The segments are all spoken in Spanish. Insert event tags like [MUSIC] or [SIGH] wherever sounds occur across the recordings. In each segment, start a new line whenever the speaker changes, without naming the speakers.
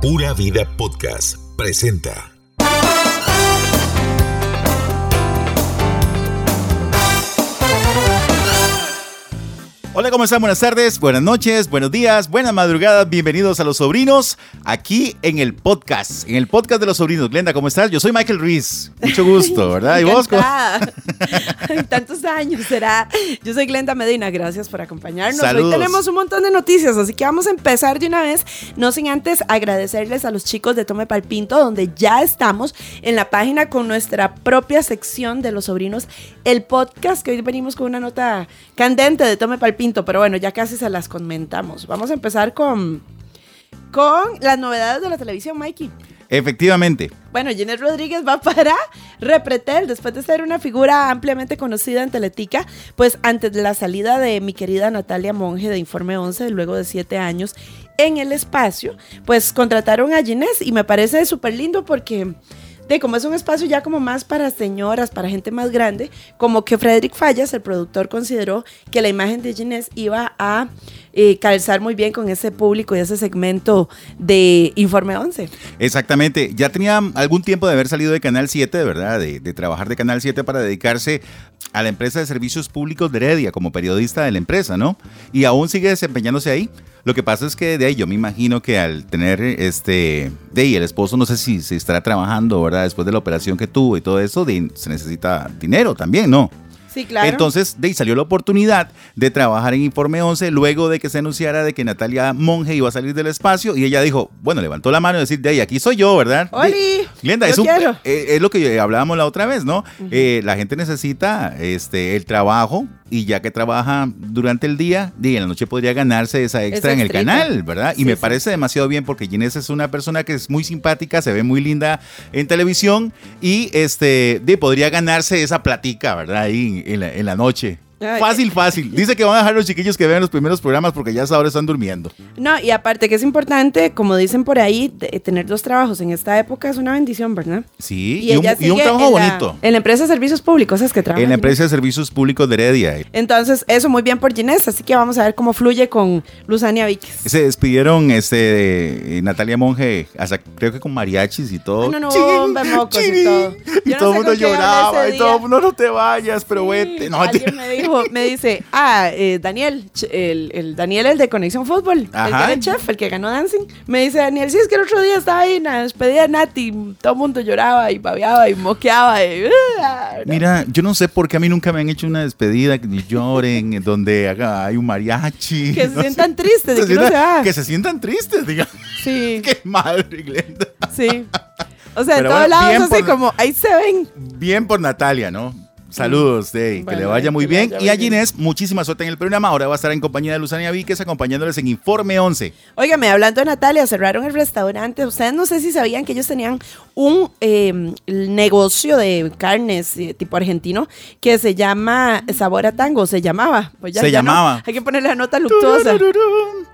Pura Vida Podcast presenta.
Hola, ¿cómo están? Buenas tardes, buenas noches, buenos días, buenas madrugadas. Bienvenidos a Los Sobrinos aquí en el podcast, en el podcast de Los Sobrinos. Glenda, ¿cómo estás? Yo soy Michael Ruiz. Mucho gusto, ¿verdad? ¿Y vos? ¿Cómo-
Encantada. [LAUGHS] Ay, Tantos años será. Yo soy Glenda Medina, gracias por acompañarnos.
Saludos.
Hoy tenemos un montón de noticias, así que vamos a empezar de una vez, no sin antes agradecerles a los chicos de Tome Palpinto, donde ya estamos en la página con nuestra propia sección de los sobrinos, el podcast, que hoy venimos con una nota candente de Tome Palpinto, pero bueno, ya casi se las comentamos. Vamos a empezar con, con las novedades de la televisión, Mikey.
Efectivamente.
Bueno, Ginés Rodríguez va para Repretel. Después de ser una figura ampliamente conocida en Teletica, pues antes de la salida de mi querida Natalia Monge de Informe 11, luego de siete años en el espacio, pues contrataron a Ginés y me parece súper lindo porque... De como es un espacio ya como más para señoras, para gente más grande, como que Frederick Fallas, el productor, consideró que la imagen de Ginés iba a eh, calzar muy bien con ese público y ese segmento de Informe 11.
Exactamente, ya tenía algún tiempo de haber salido de Canal 7, ¿verdad? De, de trabajar de Canal 7 para dedicarse a la empresa de servicios públicos de Heredia como periodista de la empresa, ¿no? Y aún sigue desempeñándose ahí. Lo que pasa es que de ahí yo me imagino que al tener este, de ahí el esposo, no sé si se estará trabajando, ¿verdad? Después de la operación que tuvo y todo eso, de- se necesita dinero también, ¿no?
Sí, claro.
Entonces, de ahí salió la oportunidad de trabajar en Informe 11 luego de que se anunciara de que Natalia Monge iba a salir del espacio y ella dijo, bueno, levantó la mano y decir, de ahí aquí soy yo, ¿verdad?
¡Oli!
Di- Glenda,
¡Yo
es, un-
quiero!
eh, es lo que hablábamos la otra vez, ¿no? Eh, la gente necesita este, el trabajo y ya que trabaja durante el día, di, en la noche podría ganarse esa extra en el
extrita.
canal, ¿verdad? Y
Sí,
me
sí.
parece demasiado bien porque Ginés es una persona que es muy simpática, se ve muy linda en televisión y este, de, podría ganarse esa platica, ¿verdad? Ahí en, en la, en la noche.
Ay.
Fácil, fácil. Dice que van a dejar los chiquillos que vean los primeros programas porque ya a esa hora están durmiendo.
No, y aparte que es importante, como dicen por ahí, de- tener dos trabajos en esta época es una bendición, ¿verdad?
Sí, y, un,
ella
y un
sigue
trabajo
en la-
bonito.
en la empresa de servicios públicos es que trabaja.
En la
Ginés.
empresa de servicios públicos de Heredia. eh.
Entonces, eso muy bien por Ginés, así que vamos a ver cómo fluye con Luzania Víquez.
Se despidieron este, eh, Natalia Monge, hasta creo que con mariachis y todo.
Ah, no, no,
Chin,
bomba, mocos y
chin.
todo.
Y todo el
Yo no sé
mundo
con quién hablé
lloraba,
ese
y todo
día.
el mundo, no te vayas, pero vete. No,
Alguien me dijo, me dice, ah, eh, Daniel, ch- el, el Daniel, el de Conexión Fútbol, el que
Ajá.
era el chef, el que ganó dancing. Me dice, Daniel, sí, es que el otro día estaba ahí en la despedida de Nati, todo el mundo lloraba y babeaba y moqueaba y... ah, no.
Mira, yo no sé por qué a mí nunca me han hecho una despedida que lloren, en donde haga, hay un mariachi. [LAUGHS]
Que se
no sé.
sientan tristes de
Se
que uno se
sientan-
va.
que se sientan tristes, diga.
Sí,
[LAUGHS] Qué madre, Glenda.
sí. O sea, en
Pero bueno,
todos lados
bien
así
por-
como, ahí se ven.
Bien por Natalia, ¿no? Saludos, Dey, que
Bueno,
le vaya muy
que le
bien.
vaya
y a
muy bien.
Ginés, muchísima suerte en el programa. Ahora va a estar en compañía de Luzania Víquez acompañándoles en Informe 11.
Óigame, hablando de Natalia, cerraron el restaurante. Ustedes no sé si sabían que ellos tenían un eh, negocio de carnes eh, tipo argentino que se llama Sabor a Tango, se llamaba. Pues
Se
no.
llamaba.
hay que ponerle la nota luctuosa.
Turururú.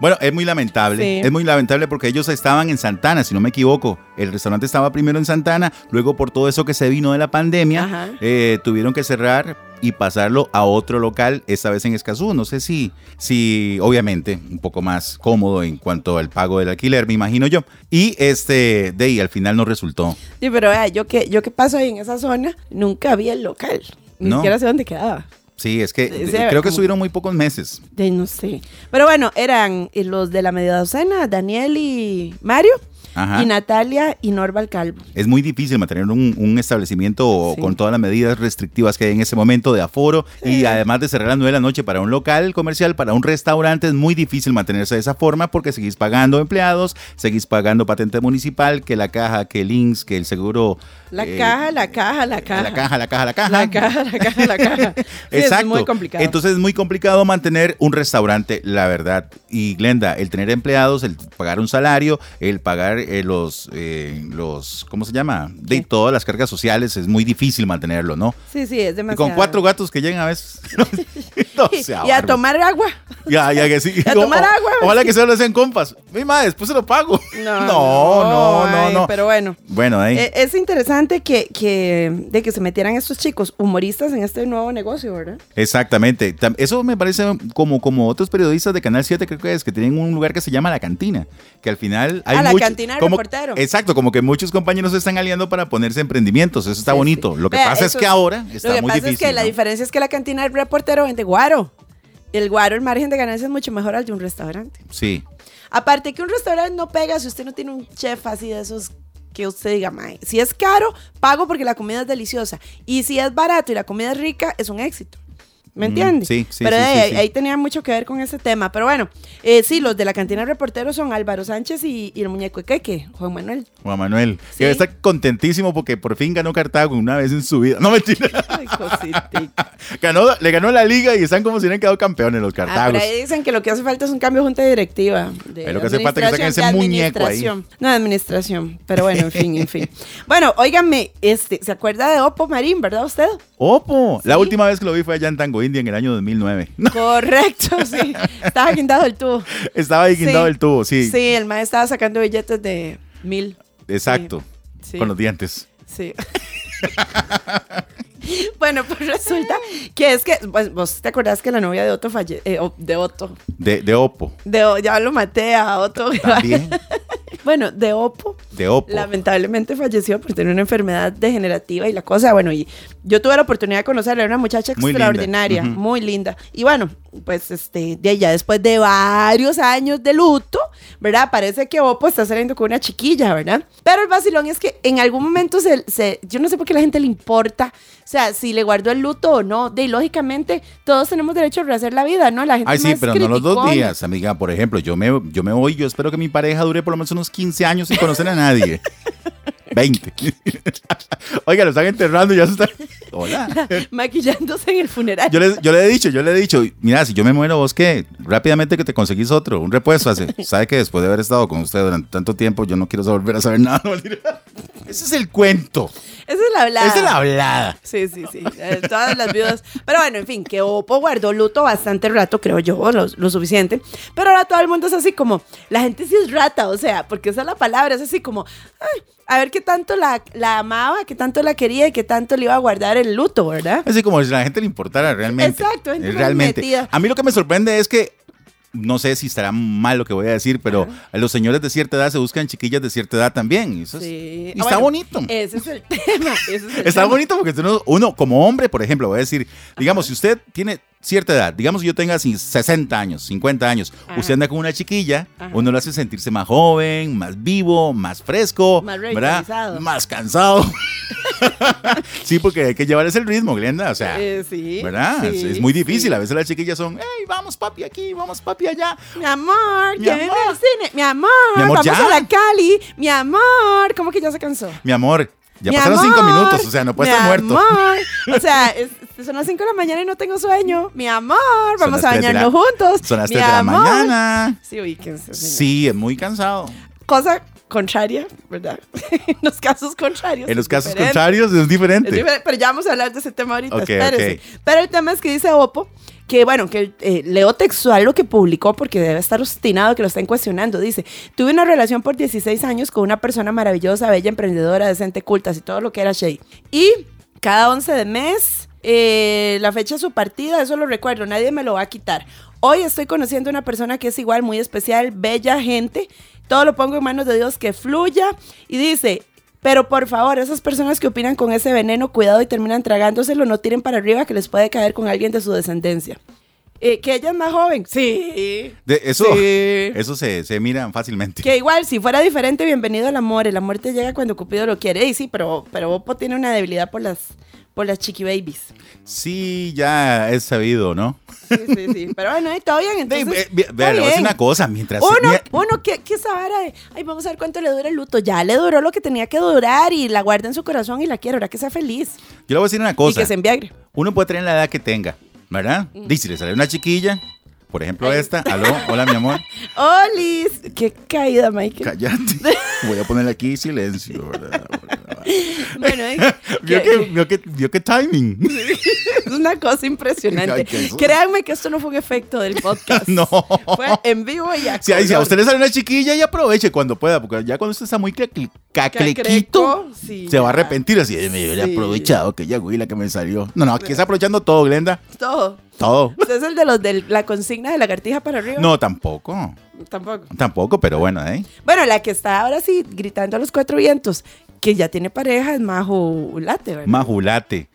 Bueno, es muy lamentable.
Sí.
Es muy lamentable porque ellos estaban en Santana, si no me equivoco. El restaurante estaba primero en Santana, luego por todo eso que se vino de la
Ajá.
pandemia, eh, tuvieron que cerrar y pasarlo a otro local, esta vez en Escazú. No sé si, si, obviamente, un poco más cómodo en cuanto al pago del alquiler, me imagino yo. Y este, de ahí, al final no resultó.
Sí, pero vea, yo que, yo que paso ahí en esa zona, nunca vi el local. Ni
No.
siquiera sé dónde quedaba.
Sí, es que
Sí,
de-
se ve
creo que
como-
subieron muy pocos meses.
De no sé. Pero bueno, eran eh, los de la media docena, Daniel y Mario,
Ajá.
y Natalia y Norval Calvo.
Es muy difícil mantener un, un establecimiento
Sí.
con todas las medidas restrictivas que hay en ese momento de aforo y además de cerrar a las 9 de la noche para un local comercial, para un restaurante, es muy difícil mantenerse de esa forma porque seguís pagando empleados, seguís pagando patente municipal, que la caja, que el INSS, que el seguro.
La
eh,
caja, la caja, la caja.
La caja, la caja, la caja.
La caja, la caja, la caja. Sí,
Exacto.
Es muy complicado.
Entonces es muy complicado mantener un restaurante, la verdad. Y Glenda, el tener empleados, el pagar un salario, el pagar eh, los, eh, los, ¿cómo se llama? De
¿Qué?
todas las cargas sociales, es muy difícil mantenerlo, ¿no?
sí, sí, es
Y
demasiado.
con cuatro gatos que llegan a veces. [LAUGHS]
[LAUGHS]
No
y,
sea
y a
bárbaro.
tomar agua.
Ya, ya que sí.
[LAUGHS] A tomar agua.
Ojalá que se lo sean compas. Mi madre, después se lo pago. [LAUGHS]
No,
no, no, no.
ay, Pero bueno.
Bueno, ahí.
Eh, Es interesante que, que- de que se metieran estos chicos humoristas en este nuevo negocio, ¿verdad?
Exactamente. Tam- Eso me parece como, como otros periodistas de Canal 7, creo que es, que tienen un lugar que se llama La Cantina, que al final hay
Ah, La
mucho-
Cantina del
como-
Reportero.
Exacto, como que muchos compañeros se están aliando para ponerse emprendimientos. Eso está
Sí,
bonito.
sí.
Lo que
Vea,
pasa es
eso
que ahora está
Lo que
muy
pasa
difícil.
es que la
¿no?
diferencia es que la cantina del reportero vende guaro. El guaro, el margen de ganancia es mucho mejor al de un restaurante.
Sí.
Aparte que un restaurante no pega si usted no tiene un chef así de esos que usted diga, "Mae, si es caro, pago porque la comida es deliciosa. Y si es barato y la comida es rica, es un éxito. ¿Me
Mm,
entiende?
sí, sí,
Pero
sí,
eh,
sí,
ahí,
sí.
ahí tenía mucho que ver con ese tema. Pero bueno, eh, sí, los de la cantina del reportero son Álvaro Sánchez y, y el muñeco de Queque, Juan Manuel.
Juan Manuel,
Sí.
que debe estar contentísimo porque por fin ganó Cartago una vez en su vida. No mentira. [LAUGHS]
Ay, cosita.
Ganó, le ganó la liga y están como si hubieran quedado campeones los
Ah, pero
Cartagos.
ahí dicen que lo que hace falta es un cambio de junta directiva. De
Ahí lo que hace falta es que saquen ese
administración, de
muñeco ahí.
administración. No, de administración. Pero bueno, en fin,
[LAUGHS]
en fin. Bueno, óigame, este, ¿se acuerda de Oppo Marín, verdad usted?
[LAUGHS] Opo,
Sí.
la última vez que lo vi fue allá en Tango India en el año 2009.
Correcto, sí. Estaba guindado el tubo.
[LAUGHS] Estaba ahí guindado
Sí.
el tubo, sí.
Sí, el maestro estaba sacando billetes de mil.
Exacto.
Sí, sí.
Con los dientes. [LAUGHS]
Sí. bueno, pues resulta que es que, pues, vos te acordás que la novia de Otto falle eh, o- de Otto,
De, de Opo.
de, O- ya lo maté a Otto.
También.
[LAUGHS] bueno, de Oppo. [LAUGHS]
De Opo.
Lamentablemente falleció por tener una enfermedad degenerativa y la cosa, bueno, y yo tuve la oportunidad de conocerla, era una muchacha
Muy linda,
extraordinaria,
ujú.
muy linda. Y bueno, pues este, de allá después de varios años de luto, ¿verdad? Parece que Oppo está saliendo con una chiquilla, ¿verdad? Pero el vacilón es que en algún momento se, se- yo no sé por qué a la gente le importa, o sea, si le guardó el luto o no, de y lógicamente todos tenemos derecho a rehacer la vida, ¿no? La gente
Ay, sí,
más
pero no los dos
criticona.
días, amiga. Por ejemplo, yo me, yo me voy, yo espero que mi pareja dure por lo menos unos 15 años sin conocer a
[LAUGHS]
nadie. 20. [LAUGHS] Oiga, lo están enterrando y ya se está. Hola.
[LAUGHS] Maquillándose en el funeral.
Yo le, yo le he dicho, yo le he dicho, mira, si yo me muero, vos qué, rápidamente que te conseguís otro, un repuesto. Hace, sabe que después de haber estado con usted durante tanto tiempo, yo no quiero volver a saber nada. [LAUGHS] Ese es el cuento.
Esa es la hablada.
Esa es la hablada.
Sí, sí, sí. eh, Todas las viudas. Pero bueno, en fin, que Oppo guardó luto bastante rato, creo yo, lo, lo suficiente. Pero ahora todo el mundo es así como, la gente sí es rata, o sea, porque esa es la palabra, es así como, ay, a ver qué tanto la, la amaba, qué tanto la quería y qué tanto le iba a guardar el luto, ¿verdad?
Así como si a la gente le importara realmente.
Exacto, gente
Eh, realmente.
metida.
A mí lo que me sorprende es que, no sé si estará mal lo que voy a decir, pero los señores de cierta edad se buscan chiquillas de cierta edad también. y eso es-
Sí.
y
Ah,
está
bueno,
bonito.
Ese es el tema. ese es
[LAUGHS]
el
Está
tema.
bonito porque tú no- uno, como hombre, por ejemplo, voy a decir, digamos, si usted tiene cierta edad, digamos que yo tenga así 60 años, 50 años,
Ajá.
usted anda con una chiquilla,
Ajá.
uno lo hace sentirse más joven, más vivo, más fresco,
Más
¿verdad?
revitalizado.
más cansado. [LAUGHS] sí, porque hay que llevarles el ritmo, Glenda, o sea,
Eh, sí.
¿verdad? Es-
sí,
es muy difícil,
sí.
a veces las chiquillas son, hey, vamos papi aquí, vamos papi allá.
Mi amor,
Mi
que venga
amor.
al cine. Mi amor,
Mi amor,
vamos
ya.
a la Cali. Mi amor, ¿cómo que ya se cansó?
Mi amor, ya
Mi
pasaron cinco
amor,
minutos, o sea, no puede
mi
estar muerto.
amor.
[LAUGHS]
O sea, es- son las 5 de la mañana y no tengo sueño. Mi amor,
Son
vamos
las
a
tres de la-
bañarnos juntos.
Son las
Mi
3 de la
amor.
mañana.
Sí, ubíquense. señor.
Sí, es muy cansado.
Cosa contraria, ¿verdad? [LAUGHS] en los casos contrarios.
En los
es
casos
diferente.
contrarios es diferente.
Es diferente, pero ya vamos a hablar de ese tema ahorita,
Ok,
espérese.
ok.
Pero el tema es que dice Oppo que, bueno, que eh, leo textual lo que publicó porque debe estar obstinado que lo estén cuestionando. Dice, tuve una relación por 16 años con una persona maravillosa, bella, emprendedora, decente, culta, así todo lo que era Shay. Y cada 11 de mes, eh, la fecha de su partida, eso lo recuerdo, nadie me lo va a quitar. Hoy estoy conociendo una persona que es igual, muy especial, bella gente. Todo lo pongo en manos de Dios que fluya. Y dice, pero por favor, esas personas que opinan con ese veneno, cuidado y terminan tragándoselo, no tiren para arriba que les puede caer con alguien de su descendencia. Eh, que ella es más joven. Sí.
De- eso
Sí.
eso se, se miran fácilmente.
Que igual, si fuera diferente, bienvenido al amor. El amor te llega cuando Cupido lo quiere. Y sí, pero, pero Oppo tiene una debilidad por las, por las chiqui babies.
Sí, ya es sabido, ¿no?
Sí, sí,
[LAUGHS]
sí. Pero bueno, ahí todo bien.
Ve, ve-
Entonces,
ve-
está
vea, le voy a decir
bien.
una cosa, mientras...
Uno,
mira,
uno, ¿qué, qué esa vara de, ay, vamos a ver cuánto le dura el luto? Ya le duró lo que tenía que durar y la guarda en su corazón y la quiere, ahora que sea feliz.
yo le voy a decir una
y
cosa.
que se enviagre.
Uno puede tener la edad que tenga, ¿verdad? Dice, si le sale una chiquilla, por ejemplo
Ay.
esta, aló, hola mi
[LAUGHS]
amor,
¡Olis! ¡Qué caída, Michael! [LAUGHS]
cállate. Voy a ponerle aquí silencio, ¿verdad?
[LAUGHS] Bueno, eh,
[LAUGHS] Vio
que-
que, vio que, vio que timing.
es una cosa
Ay,
impresionante.
qué susto.
Créanme que esto no fue un efecto del podcast.
[LAUGHS] No.
Fue en vivo y a
[LAUGHS] Si, ahí- si a
color.
usted le sale una chiquilla, ya aproveche cuando pueda, porque ya cuando usted está muy cacli- caclequito,
Cacreco, sí,
se va a
ya.
arrepentir así. "Ay, Me hubiera
Sí.
aprovechado que ya, güey, la que me salió. No, no, aquí está aprovechando todo, Glenda.
Todo.
Todo.
¿Usted es el de los de la consigna de lagartija para arriba?
No, tampoco.
Tampoco.
Tampoco, pero bueno, ¿eh?
Bueno, la que está ahora sí gritando a los cuatro vientos, que ya tiene pareja, es Majo Late, ¿verdad?
Majulate.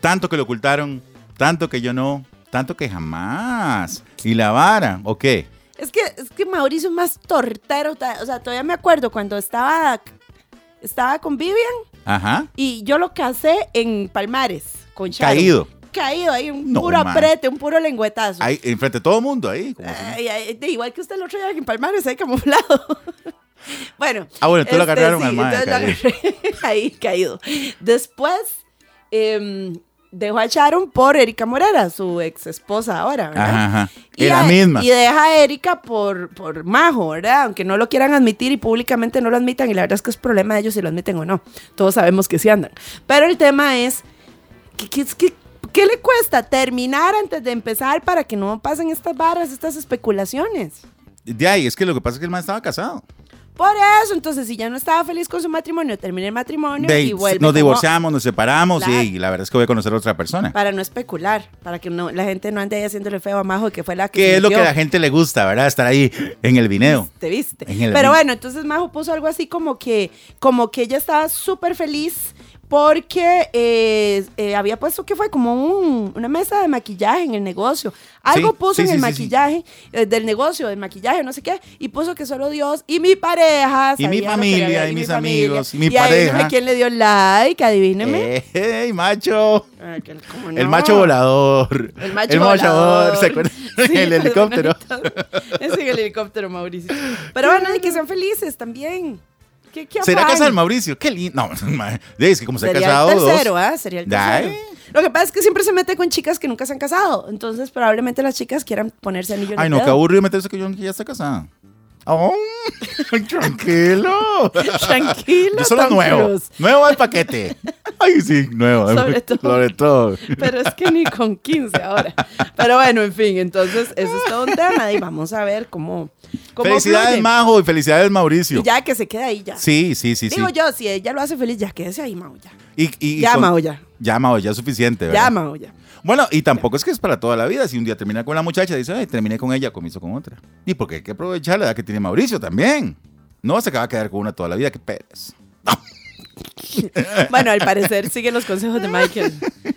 Tanto que lo ocultaron, tanto que yo no, tanto que jamás. ¿Y la vara? ¿O qué?
Es que, es que Mauricio es más tortero. ta- O sea, todavía me acuerdo cuando estaba, estaba con Vivian
Ajá.
y yo lo casé en Palmares, con Sharon.
Caído.
Caído, ahí un
No,
puro
man.
aprete, un puro lengüetazo.
Ahí, enfrente de todo el mundo, ahí. como si-
Ay, ay, de igual que usted el otro día en Palmares, ahí camuflado. [LAUGHS] bueno.
Ah, bueno, entonces lo
este,
agarraron
sí,
al mae,
entonces lo agarré [LAUGHS] ahí caído. Después em, dejó a Sharon por Erika Morera, su ex esposa ahora, ¿verdad?
Ajá, ajá.
Y
Es la
a-
misma.
Y deja a Erika por, por Majo, ¿verdad? Aunque no lo quieran admitir y públicamente no lo admitan, y la verdad es que es problema de ellos si lo admiten o no. Todos sabemos que sí andan. Pero el tema es, ¿qué, qué, es que- qué le cuesta terminar antes de empezar para que no pasen estas barras, estas especulaciones?
De ahí, es que lo que pasa es que el man estaba casado.
Por eso, entonces, si ya no estaba feliz con su matrimonio, termina el matrimonio
De ahí,
y vuelve.
nos
como-
divorciamos, nos separamos
Claro.
y la verdad es que voy a conocer a otra persona.
Para no especular, para que no, la gente no ande ahí haciéndole feo a Majo, que fue la que...
Que
se
es lo que
metió.
la gente le gusta, ¿verdad? Estar ahí en el vineo.
Te viste.
En el
Pero
ring.
bueno, entonces Majo puso algo así como que, como que ella estaba súper feliz porque eh, eh, había puesto que fue como un- una mesa de maquillaje en el negocio. Algo
Sí,
puso
sí,
en el
sí, sí, sí.
maquillaje, eh, del negocio, del maquillaje, no sé qué, y puso que solo Dios y mi pareja.
Y mi
sabía lo que
familia,
había,
y mis
mi familia.
amigos, y mi
Y adivíname
pareja.
¿Quién le dio like? Adivíneme.
¡Ey, macho!
Ah, que- ¿cómo
El
no?
macho volador.
El macho
volador. ¿Se
[LAUGHS]
acuerdan? [LAUGHS]
Sí,
el
perdón,
helicóptero.
ahorita- Es en el helicóptero, Mauricio. Pero bueno, y que sean felices también. ¿Qué, qué
¿Será
afán?
casado el Mauricio? Qué lindo. No, [LAUGHS] ma- es que como se ha
Sería
casado
el
dos. eh.
tercero, ¿ah? Sería el
Ay.
tercero. Lo que pasa es que siempre se mete con chicas que nunca se han casado. Entonces, probablemente las chicas quieran ponerse anillo en
Ay,
el
no, qué
dedo.
aburrido meterse que yo que ya está casada. Oh, [LAUGHS]
[LAUGHS]
tranquilo.
Tranquilo.
[LAUGHS] Yo solo
Tom
nuevo.
Cruise.
Nuevo al
[LAUGHS]
paquete. Ay, sí, nuevo.
Sobre todo.
Sobre todo.
Pero es que ni con 15 ahora. Pero bueno, en fin, entonces, eso es todo un tema. Y vamos a ver cómo. cómo
Felicidades,
fluye.
Majo, y felicidades, Mauricio.
Y Ya que se queda ahí, ya.
Sí, sí, sí, sí.
Digo yo, si ella lo hace feliz, ya quédese ahí, Mau, ya.
Y, y- y
Ya,
con-
Majo, ya.
Ya, Majo, ya es suficiente, ¿verdad?
Ya, Mau, ya.
Bueno, y tampoco es que es para toda la vida. Si un día termina con la muchacha, dice, ay, terminé con ella, comienzo con otra. Y porque hay que aprovechar la edad que tiene Mauricio también. No se acaba de quedar con una toda la vida, qué perez.
Bueno, al parecer sigue los consejos de Michael.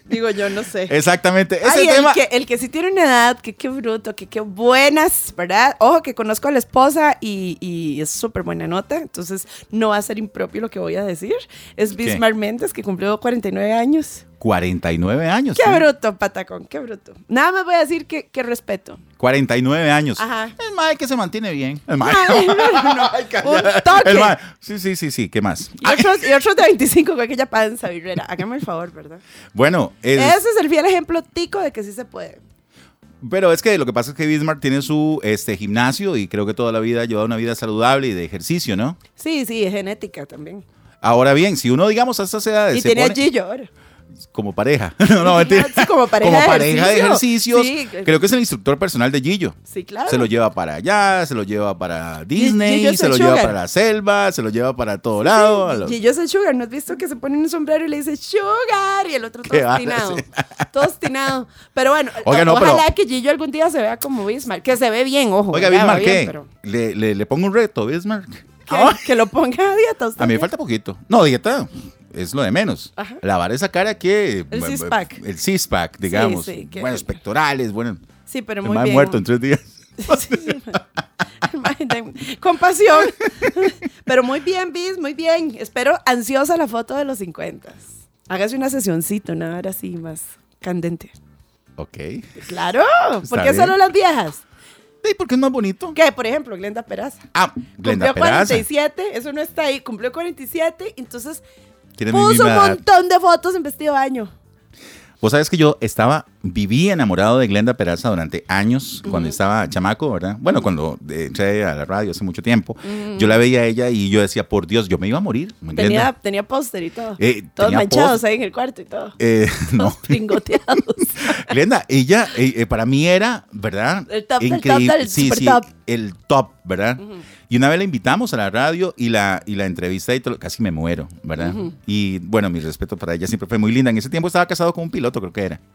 Digo, yo no sé.
Exactamente. Ese
Ay,
tema.
el, que, el que sí tiene una edad, que qué bruto, que qué buenas, ¿verdad? Ojo, que conozco a la esposa y, y es súper buena nota, entonces no va a ser impropio lo que voy a decir. Es Bismarck Méndez, que cumplió 49 años.
49 años.
Qué
sí.
bruto, patacón, qué bruto. Nada más voy a decir que, que respeto.
49 años.
Ajá.
El mae que se mantiene bien. El mae.
Ay, no, no,
[LAUGHS]
no. Un
El
toque.
mae. Sí, sí, sí, sí. ¿Qué más?
Y otros, y otros de 25 con aquella panza birrera. Hágame el favor, ¿verdad?
Bueno, es-
Ese es el fiel ejemplo tico de que sí se puede.
pero es que lo que pasa es que Bismarck tiene su este, gimnasio y creo que toda la vida ha llevado una vida saludable y de ejercicio, ¿no?
Sí, sí, es genética también.
Ahora bien, si uno, digamos, a estas edades
Y
Ah, se
tiene a
pone-
Gillo ahora.
como pareja. [LAUGHS] No, no, mentira.
[LAUGHS] Sí, como pareja de
de
ejercicio.
ejercicios.
Sí.
Creo que es el instructor personal de Gillo.
Sí, claro.
Se lo lleva para allá, se lo lleva para
Gillo
Disney,
es
se
el
lo lleva
sugar.
para la selva, se lo lleva para todo lado. a lo-
Gillo es el sugar. ¿No has visto que se pone un sombrero y le dice sugar? Y el otro todo
Qué barra,
obstinado.
sí.
[LAUGHS] Todo obstinado. Pero bueno,
[LAUGHS] Oiga, no,
ojalá
pero-
que Gillo algún día se vea como Bismarck. Que se ve bien, ojo.
Oiga,
¿verdad? Va
Bismarck, ¿qué? [LAUGHS]
bien, pero
Le, le- le pongo un reto, Bismarck.
que,
Ah,
que lo ponga a dieta usted.
a mí me falta poquito. No, dieta es lo de menos.
Ajá.
Lavar esa cara que...
El six-pack.
El six-pack, digamos.
sí, que-
Buenos pectorales, bueno.
[LAUGHS] Sí, pero
El
muy
man
bien.
muerto en tres días. [LAUGHS]
Sí, [LAUGHS] sí, sí. Con pasión. [LAUGHS] Pero muy bien, Bis, muy bien. Espero ansiosa la foto de los 50. Hágase una sesioncito, una hora así más candente.
Ok.
Claro,
Está
porque
bien.
solo las viejas.
¿Y por qué es más bonito?
Que, por ejemplo, Glenda Peraza.
Ah, Glenda
cumplió
Peraza.
47, eso no está ahí, cumplió 47, entonces
Tiene mi
puso
misma
un
edad.
montón de fotos en vestido de baño.
Vos sabés que yo estaba viví enamorado de Glenda Peraza durante años, cuando estaba chamaco, ¿verdad? Bueno, cuando entré a la radio hace mucho tiempo, yo la veía a ella y yo decía, por Dios, yo me iba a morir. Glenda.
Tenía, tenía póster y todo.
Eh,
Todos
tenía
manchados
póster.
ahí en el cuarto y todo.
Eh, [LAUGHS] no,
Todos Pringoteados.
Glenda, ella eh, eh, para mí era, ¿verdad?
El top del top del
sí,
super
sí,
top.
el top, ¿verdad? Y una vez la invitamos a la radio y la, y la entrevista y todo, casi me muero, ¿verdad? Y bueno, mi respeto para ella, siempre fue muy linda. En ese tiempo estaba casado con un piloto, creo que era. [LAUGHS]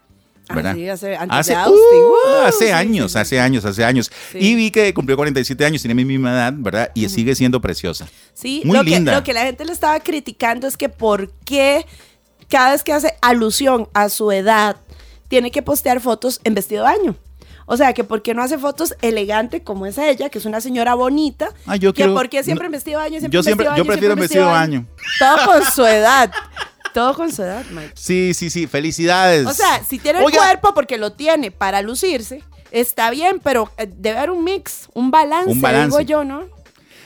¿Verdad?
Ah, sí, hace- antes
hace,
de Austin.
¡uh!
¡Uh!
hace
Sí,
años,
sí, sí.
hace años, hace años.
Sí.
Y vi que cumplió 47 años, tiene mi misma edad, ¿verdad? Y sigue siendo preciosa.
Sí,
Muy
lo,
linda.
Que, lo que la gente le estaba criticando es que por qué cada vez que hace alusión a su edad tiene que postear fotos en vestido de baño. O sea, que por qué no hace fotos elegante como es ella, que es una señora bonita.
Ah, yo
que
quiero-
por qué siempre en
no,
vestido de baño, siempre
yo
en
siempre-
vestido de
yo prefiero
baño, siempre en
vestido de
baño. Todo con su edad. Todo con su edad, Mike.
Sí, sí, sí, felicidades.
O sea, si tiene
Oiga,
el cuerpo porque lo tiene para lucirse, está bien, pero eh, debe haber un mix, un balance,
Un balance.
digo yo, ¿no?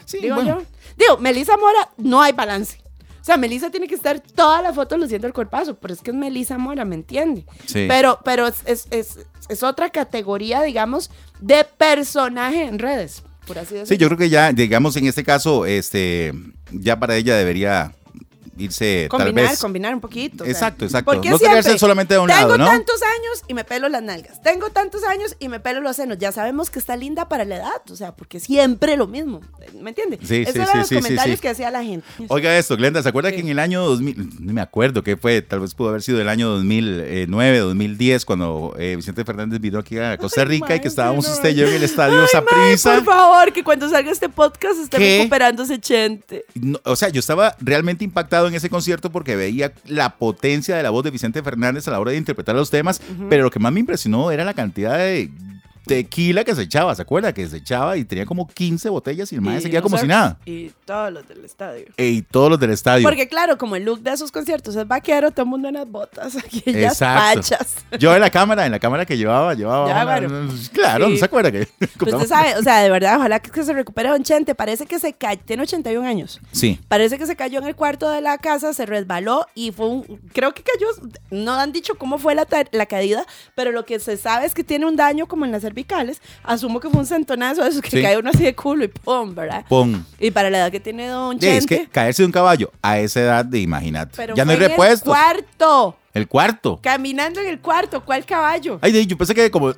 sí,
Digo
bueno.
yo. Digo, Melissa Mora no hay balance. O sea, Melissa tiene que estar todas las fotos luciendo el cuerpazo, pero es que es Melissa Mora, ¿me entiende?
Sí.
Pero, pero es, es- es- es otra categoría, digamos, de personaje en redes, por así decirlo.
Sí, yo creo que ya, digamos, en este caso, este, ya para ella debería irse tal
combinar,
vez.
combinar un poquito. o sea,
Exacto, exacto.
¿por qué
No
siempre?
quedarse solamente de un
Tengo
lado, ¿no?
tantos años y me pelo las nalgas. Tengo tantos años y me pelo los senos. Ya sabemos que está linda para la edad, o sea, porque siempre lo mismo. ¿Me entiendes?
Sí,
Esos
sí,
eran
sí,
los
sí, sí,
comentarios
sí.
que hacía la gente.
Oiga esto, Glenda, ¿se acuerda que en el año 2000, no me acuerdo qué fue, tal vez pudo haber sido el año eh, 2009, 2010, cuando eh, Vicente Fernández vino aquí a Costa
Ay,
Rica y
mae,
que estábamos
sí, no,
usted y yo en el
Ay,
estadio
mae,
Saprissa?
Por favor, que cuando salga este podcast esté
¿Qué?
recuperándose Chente.
No, o sea, yo estaba realmente impactado en ese concierto porque veía la potencia de la voz de Vicente Fernández a la hora de interpretar los temas, pero lo que más me impresionó era la cantidad de tequila que se echaba, ¿se acuerda? Que se echaba y tenía como 15 botellas y el maestro se quedaba
los
como si
otros-
nada.
Y todos los del estadio.
E- Y todos los del estadio.
Porque claro, como el look de esos conciertos es vaquero, todo el mundo en las botas, [LAUGHS] aquellas
Exacto.
pachas.
Yo en la cámara, en la cámara que llevaba, llevaba.
Ya,
una-
bueno.
Claro,
Sí.
¿se acuerda que?
Pero usted sabe, o sea, de verdad, ojalá que, que se recupere Don Chente. Parece que se cayó, tiene 81 años.
Sí.
Parece que se cayó en el cuarto de la casa, se resbaló y fue un. Creo que cayó. No han dicho cómo fue la, ta- la caída, pero lo que se sabe es que tiene un daño como en las cervicales. Asumo que fue un centonazo de esos que
Sí.
cae uno así de culo y pum, ¿verdad?
Pon.
Y para la edad que tiene Don
Sí,
Chente.
es que caerse de un caballo a esa edad de imagínate.
pero
Ya no hay
fue en el
repuestos.
cuarto.
El cuarto.
Caminando en el cuarto, ¿cuál caballo?
Ay, de- yo pensé que como.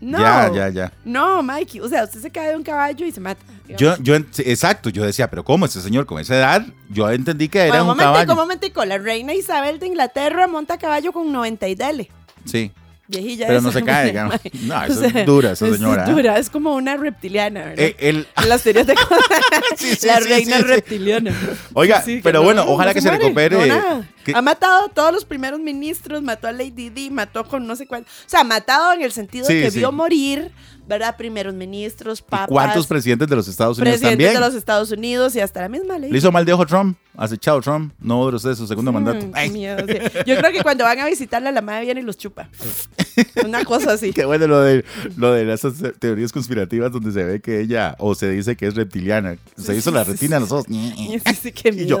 No.
Ya, ya, ya.
No, Mikey. O sea, usted se cae de un caballo y se mata.
Yo, yo, ent- exacto, yo decía, pero ¿cómo ese señor con esa edad? Yo entendí que era
Bueno,
un
momentico,
caballo.
momentico. La reina Isabel de Inglaterra monta a caballo con 90 y dele.
Sí.
Viejilla.
Pero
esa,
no se
[LAUGHS]
cae, ya no.
mae.
No, esa es dura, esa
esa
señora, ¿eh?
Es dura, es como una reptiliana, ¿verdad?
Eh, el-
[LAUGHS] Las teorías de
[LAUGHS] Sí, sí,
La
sí,
reina
sí, sí.
reptiliana.
Oiga,
Sí, sí, que
pero
no,
bueno,
no
ojalá que se
muere,
recupere.
no, nada.
que-
Ha matado a todos los primeros ministros, mató a Lady Di, mató con no sé cuánto. O sea, matado en el sentido
Sí,
de que
sí.
vio morir, ¿verdad? Primeros ministros,
¿y
papas.
¿Cuántos presidentes de los Estados Unidos
presidentes
también?
de los Estados Unidos y hasta la misma ley.
Le hizo mal de ojo Trump, acechado Trump, no de usted su segundo mandato.
Mm, qué
Ay,
miedo, sí. Yo creo que cuando van a visitarla, la madre viene y
[LAUGHS]
los chupa. Una cosa así.
Qué bueno lo de, lo de esas teorías conspirativas donde se ve que ella, o se dice que es reptiliana, se hizo la retina a los ojos.
[LAUGHS] Sí,
Y
sí, qué
yo,
miedo.
mm,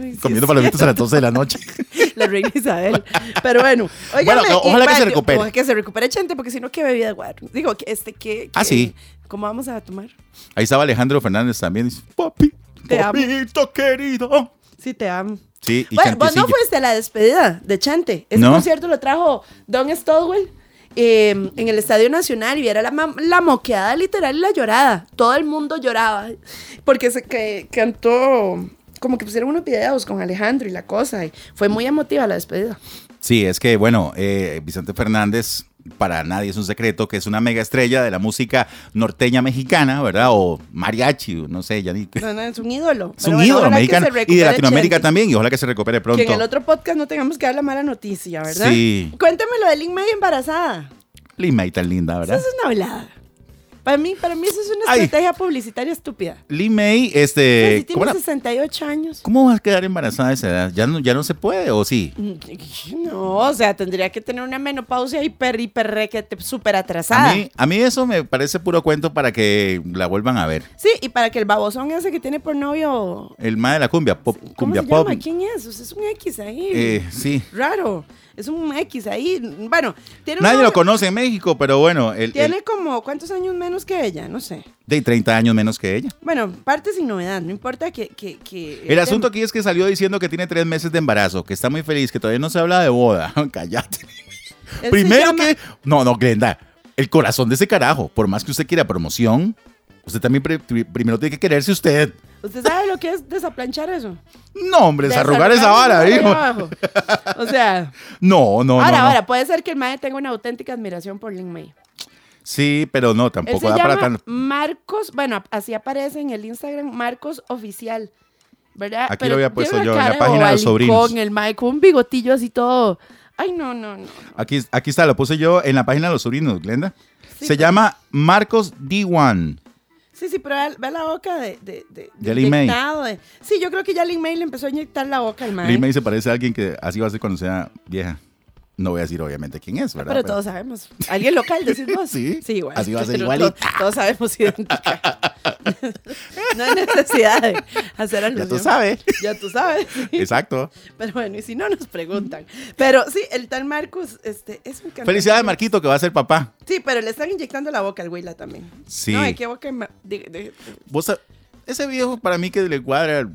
Ay, sí,
comiendo
es
palomitas a las 12 de la noche.
cierto, La reina Isabel. Pero bueno, óigame,
Bueno, ojalá
y,
que se
bueno,
recupere.
ojalá que se recupere, Chente, porque si no, qué bebida guar. Digo, que este, ¿qué?
Ah,
qué-
sí.
¿Cómo vamos a tomar?
Ahí estaba Alejandro Fernández también. dice, Papi,
Te amo.
papito querido.
Sí, te amo.
Sí, y
Bueno, vos no
chantecillo.
fuiste a la despedida de Chante. Ese
No.
concierto lo trajo Don Stodwell eh, en el Estadio Nacional y era la, ma- la moqueada literal y la llorada. Todo el mundo lloraba porque se que, cantó, como que pusieron unos videos con Alejandro y la cosa. Y fue muy emotiva la despedida.
Sí, es que bueno, eh, Vicente Fernández, para nadie es un secreto, que es una mega estrella de la música norteña mexicana, ¿verdad? O mariachi, o no sé, ya ni...
No, no, es un ídolo.
Es un
Pero bueno,
ídolo
ojalá que se
mexicano. Y de
recupere
Latinoamérica
Chente.
también, y ojalá que se recupere pronto.
Que en el otro podcast no tengamos que dar la mala noticia, ¿verdad?
Sí.
Cuéntame lo de Link medio embarazada.
Lima y tan linda,
Eso
¿verdad?
es una hablada. Para mí, para mí eso es una
Ay.
estrategia publicitaria estúpida.
Lee May,
Pero
este.
si
¿cómo,
tiene
la-
68 años.
cómo va a quedar embarazada a esa edad? ¿Ya no, ya no se puede o sí?
Mm, No, o sea, tendría que tener una menopausia hiper, hiper, requete, súper atrasada.
A mí, a mí eso me parece puro cuento para que la vuelvan a ver.
Sí, y para que el babosón ese que tiene por novio.
El más de la cumbia pop,
¿Cómo
cumbia
se
pop.
llama? ¿Quién es? O sea, es un X ahí.
Eh, sí.
Raro. es un X ahí. Bueno, tiene
Nadie
una-
lo conoce en México, pero bueno, el,
Tiene
el-
como, ¿cuántos años menos que ella? No sé.
de 30 años menos que ella.
Bueno, parte sin novedad, no importa que... que, que
El asunto aquí es que salió diciendo que tiene tres meses de embarazo, que está muy feliz, que todavía no se habla de boda. [LAUGHS] Cállate.
Él se
Primero
llama-
que. No, no, Glenda. El corazón de ese carajo, por más que usted quiera promoción, usted también pre- pri- primero tiene que quererse usted.
¿Usted sabe lo que es desaplanchar eso?
No, hombre, desarrugar esa
Desarrugar
vara,
eso
hijo.
para abajo. O sea,
[LAUGHS] No, no, no,
ahora,
no.
ahora, puede ser que el mae tenga una auténtica admiración por Lin May.
Sí, pero no,
Él se
tampoco da
llama
para tan.
Marcos, bueno, así aparece en el Instagram, Marcos Oficial. ¿Verdad?
Aquí
Pero
lo había
tiene
puesto
una
yo, en la
cara
página de los
bobalicón,
sobrinos.
el mae con un bigotillo así todo. Ay, no, no, no.
Aquí, aquí está, lo puse yo en la página de los sobrinos, Glenda.
Sí, pues.
se
pero-
llama Marcos D1.
Sí, sí, pero ve, ve la boca de. De, de,
De Lin May.
inyectado, de- sí, yo creo que ya Lin May le empezó a inyectar la boca al mae.
Lin May se parece a alguien que así va a ser cuando sea vieja. No voy a decir obviamente quién es, ¿verdad?
Ah, Pero todos sabemos. ¿Alguien local decís vos?
[LAUGHS] Sí,
Sí, igual.
así va a ser
Pero
igualita.
to- todos sabemos [LAUGHS] identificar. no hay necesidad de [LAUGHS] hacer
Ya
alusión.
tú sabes.
Ya tú sabes.
[LAUGHS]
[LAUGHS]
Exacto.
Pero bueno, y si no nos preguntan. Pero sí, el tal Marcus este, es un cantante.
Felicidades, Marquito, que va a ser papá.
Sí, pero le están inyectando la boca al güeyla también.
Sí.
No, hay que boca. ma- de- de-
Vos sab- ese viejo para mí que le cuadra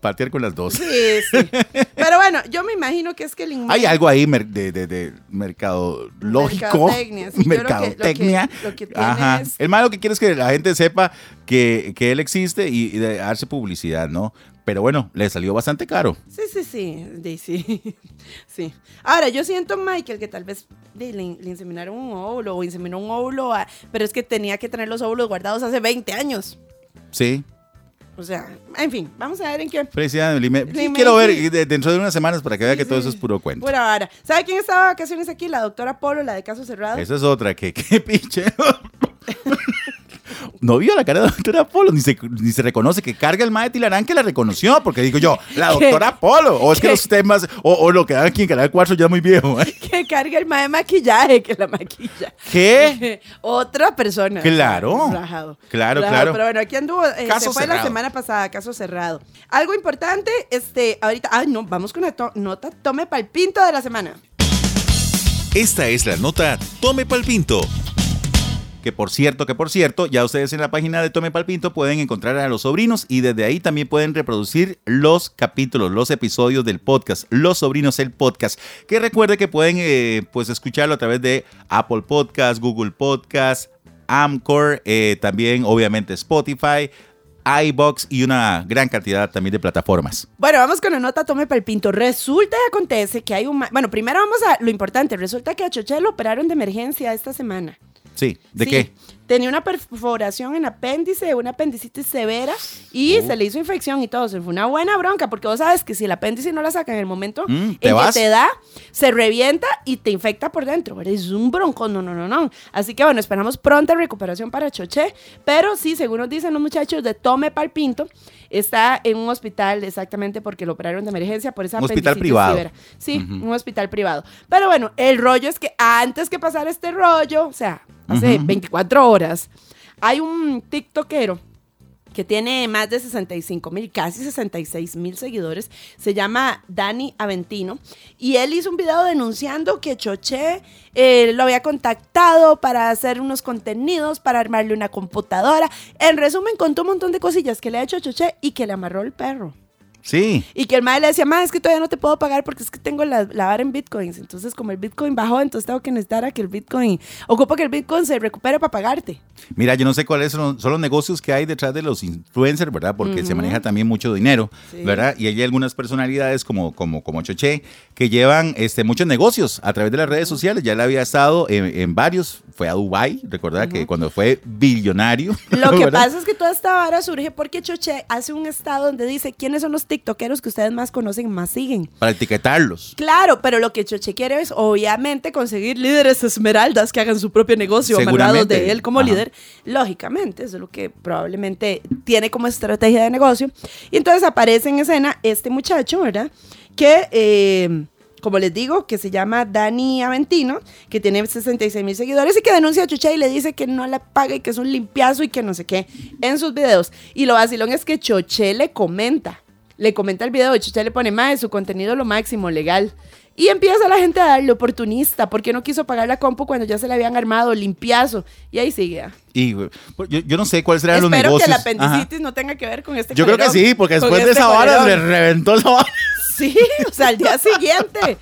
patear con las
[LAUGHS]
dos.
Sí, sí. Pero bueno, yo me imagino que es que el Lin May-
Hay algo ahí mer- de, de, de mercado lógico.
Mercadotecnia, sí, yo creo que lo que-
mercadotecnia.
lo que tiene
Ajá.
es-
El malo que quiere es que la gente sepa que, que él existe y, y de darse publicidad, ¿no? Pero bueno, le salió bastante caro.
Sí, sí, sí, de- sí, [LAUGHS] sí. Ahora, yo siento, Michael, que tal vez de, le, le inseminaron un óvulo o inseminó un óvulo, a- pero es que tenía que tener los óvulos guardados hace 20 años.
Sí.
O sea, en fin, vamos a ver en qué...
Felicidades, Lime.
Lin May,
Quiero ver
sí.
de- dentro de unas semanas para que vea
Sí,
que todo eso
sí.
es puro cuento.
Pura vara. ¿Sabe quién estaba de vacaciones aquí? La doctora Polo, la de caso cerrado.
Esa es otra, que [LAUGHS] qué pinche. No vio la cara de la doctora Polo, ni se, ni se reconoce que carga el mae Tilarán que la reconoció, porque digo yo, la
[LAUGHS] ¿Qué?
doctora Polo, o es que
¿Qué?
los temas, o, o lo que dan aquí en Canal 4 ya es muy viejo. ¿eh?
[LAUGHS] Que carga el mae de maquillaje, que la maquilla.
¿Qué?
Otra persona.
Claro.
Rajado.
Claro,
Rajado,
claro.
Pero bueno, aquí anduvo. eh,
Caso
se fue la
cerrado.
semana pasada, caso cerrado. Algo importante, este, ahorita. Ah, no, vamos con la to- nota. Tome pa'l pinto de la semana.
Esta es la nota Tome Palpinto.
Que por cierto, que por cierto, ya ustedes en la página de Tome Palpinto pueden encontrar a los sobrinos y desde ahí también pueden reproducir los capítulos, los episodios del podcast, Los Sobrinos el Podcast. Que recuerde que pueden eh, pues escucharlo a través de Apple Podcast, Google Podcast, Amcor, eh, también obviamente Spotify, iBox y una gran cantidad también de plataformas.
Bueno, vamos con la nota, tome pa'l pinto. Resulta y acontece que hay un. ma- Bueno, primero vamos a lo importante. Resulta que a Choche lo operaron de emergencia esta semana.
Sí, ¿de
Sí,
qué?
Tenía una perforación en apéndice, una apendicitis severa y
Oh.
se le hizo infección y todo. Se fue una buena bronca porque vos sabes que si el apéndice no la saca en el momento
Mm,
en
¿te
que
vas?
te da, se revienta y te infecta por dentro. ¿verdad? Es un bronco, no, no, no, no. Así que bueno, esperamos pronta recuperación para Choché. Pero sí, según nos dicen los muchachos de Tome Palpinto, está en un hospital exactamente porque lo operaron de emergencia por esa
Un hospital
apendicitis
privado.
severa. Sí, un hospital privado. Pero bueno, el rollo es que antes que pasar este rollo, o sea, hace 24 horas, hay un TikTokero que tiene más de 65 mil, casi 66 mil seguidores, se llama Dani Aventino, y él hizo un video denunciando que Choché eh, lo había contactado para hacer unos contenidos, para armarle una computadora. En resumen, contó un montón de cosillas que le ha hecho a Choché y que le amarró el perro.
Sí.
Y que el madre le decía, madre, es que todavía no te puedo pagar porque es que tengo la, la vara en bitcoins. Entonces, como el bitcoin bajó, entonces tengo que necesitar a que el bitcoin, ocupo que el bitcoin se recupere para pagarte.
Mira, yo no sé cuáles son, son los negocios que hay detrás de los influencers, ¿verdad? Porque se maneja también mucho dinero,
Sí.
¿verdad? Y hay algunas personalidades como, como, como Choche que llevan este, muchos negocios a través de las redes sociales. Ya le había estado en, en varios, fue a Dubai, recordad que cuando fue billonario.
[LAUGHS]
[LAUGHS]
Lo que
¿verdad?
pasa es que toda esta vara surge porque Choche hace un estado donde dice quiénes son los tiktokeros que ustedes más conocen, más siguen.
Para etiquetarlos.
Claro, pero lo que Choche quiere es obviamente conseguir líderes esmeraldas que hagan su propio negocio amarrados
Seguramente.
de él como
Ajá.
líder. Lógicamente, eso es lo que probablemente tiene como estrategia de negocio. Y entonces aparece en escena este muchacho, ¿verdad? Que, eh, como les digo, que se llama Dani Aventino, que tiene 66 mil seguidores y que denuncia a Choche y le dice que no la paga y que es un limpiazo y que no sé qué en sus videos. Y lo vacilón es que Choche le comenta. Le comenta el video, Choche le pone, más su contenido lo máximo, legal. Y empieza la gente a darle oportunista, porque no quiso pagar la compu cuando ya se le habían armado, limpiazo. Y ahí sigue. ah.
Y pues, yo, yo no sé cuáles serán los
Espero
negocios.
que la
Ajá.
apendicitis no tenga que ver con este
Yo creo que
colerón,
sí, porque
con
después de
este
esa vara le
colerón.
reventó la vara.
Sí, o sea, al
[LAUGHS]
día siguiente.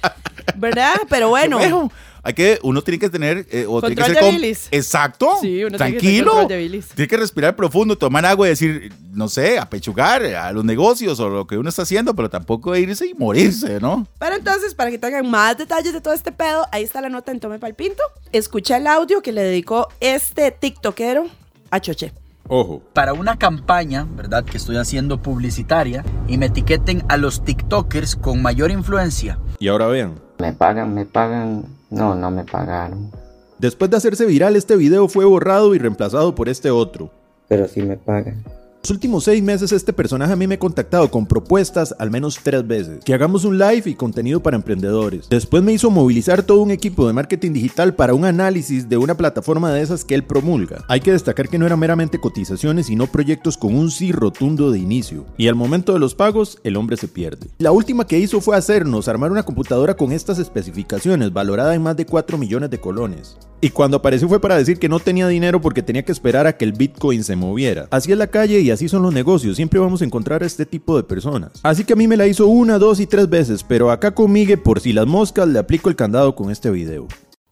¿Verdad? Pero bueno.
Bueno, hay que, uno tiene que tener. eh, o tiene que
Control
ser
de
con-
bilis.
Exacto.
Sí, uno tiene que tener
tranquilo.
control de bilis.
Tiene que respirar profundo, tomar agua y decir, no sé, apechugar eh, a los negocios o lo que uno está haciendo, pero tampoco irse y morirse, ¿no?
Pero entonces, para que tengan más detalles de todo este pedo, ahí está la nota en Tome Palpinto. Escucha el audio que le dedicó este tiktokero a Choche.
Ojo.
para una campaña, ¿verdad? Que estoy haciendo publicitaria y me etiqueten a los TikTokers con mayor influencia.
Y ahora vean.
Me pagan, me pagan. No, no me pagaron.
Después de hacerse viral, este video fue borrado y reemplazado por este otro.
Pero sí me pagan.
Los últimos seis meses este personaje a mí me ha contactado con propuestas al menos tres veces. Que hagamos un live y contenido para emprendedores. Después me hizo movilizar todo un equipo de marketing digital para un análisis de una plataforma de esas que él promulga. Hay que destacar que no eran meramente cotizaciones, sino proyectos con un sí rotundo de inicio. Y al momento de los pagos, el hombre se pierde. La última que hizo fue hacernos armar una computadora con estas especificaciones, valorada en más de 4 millones de colones. Y cuando apareció fue para decir que no tenía dinero porque tenía que esperar a que el Bitcoin se moviera. Así es la calle y así son los negocios, siempre vamos a encontrar a este tipo de personas. Así que a mí me la hizo una, dos y tres veces, pero acá conmigo por si las moscas le aplico el candado con este video.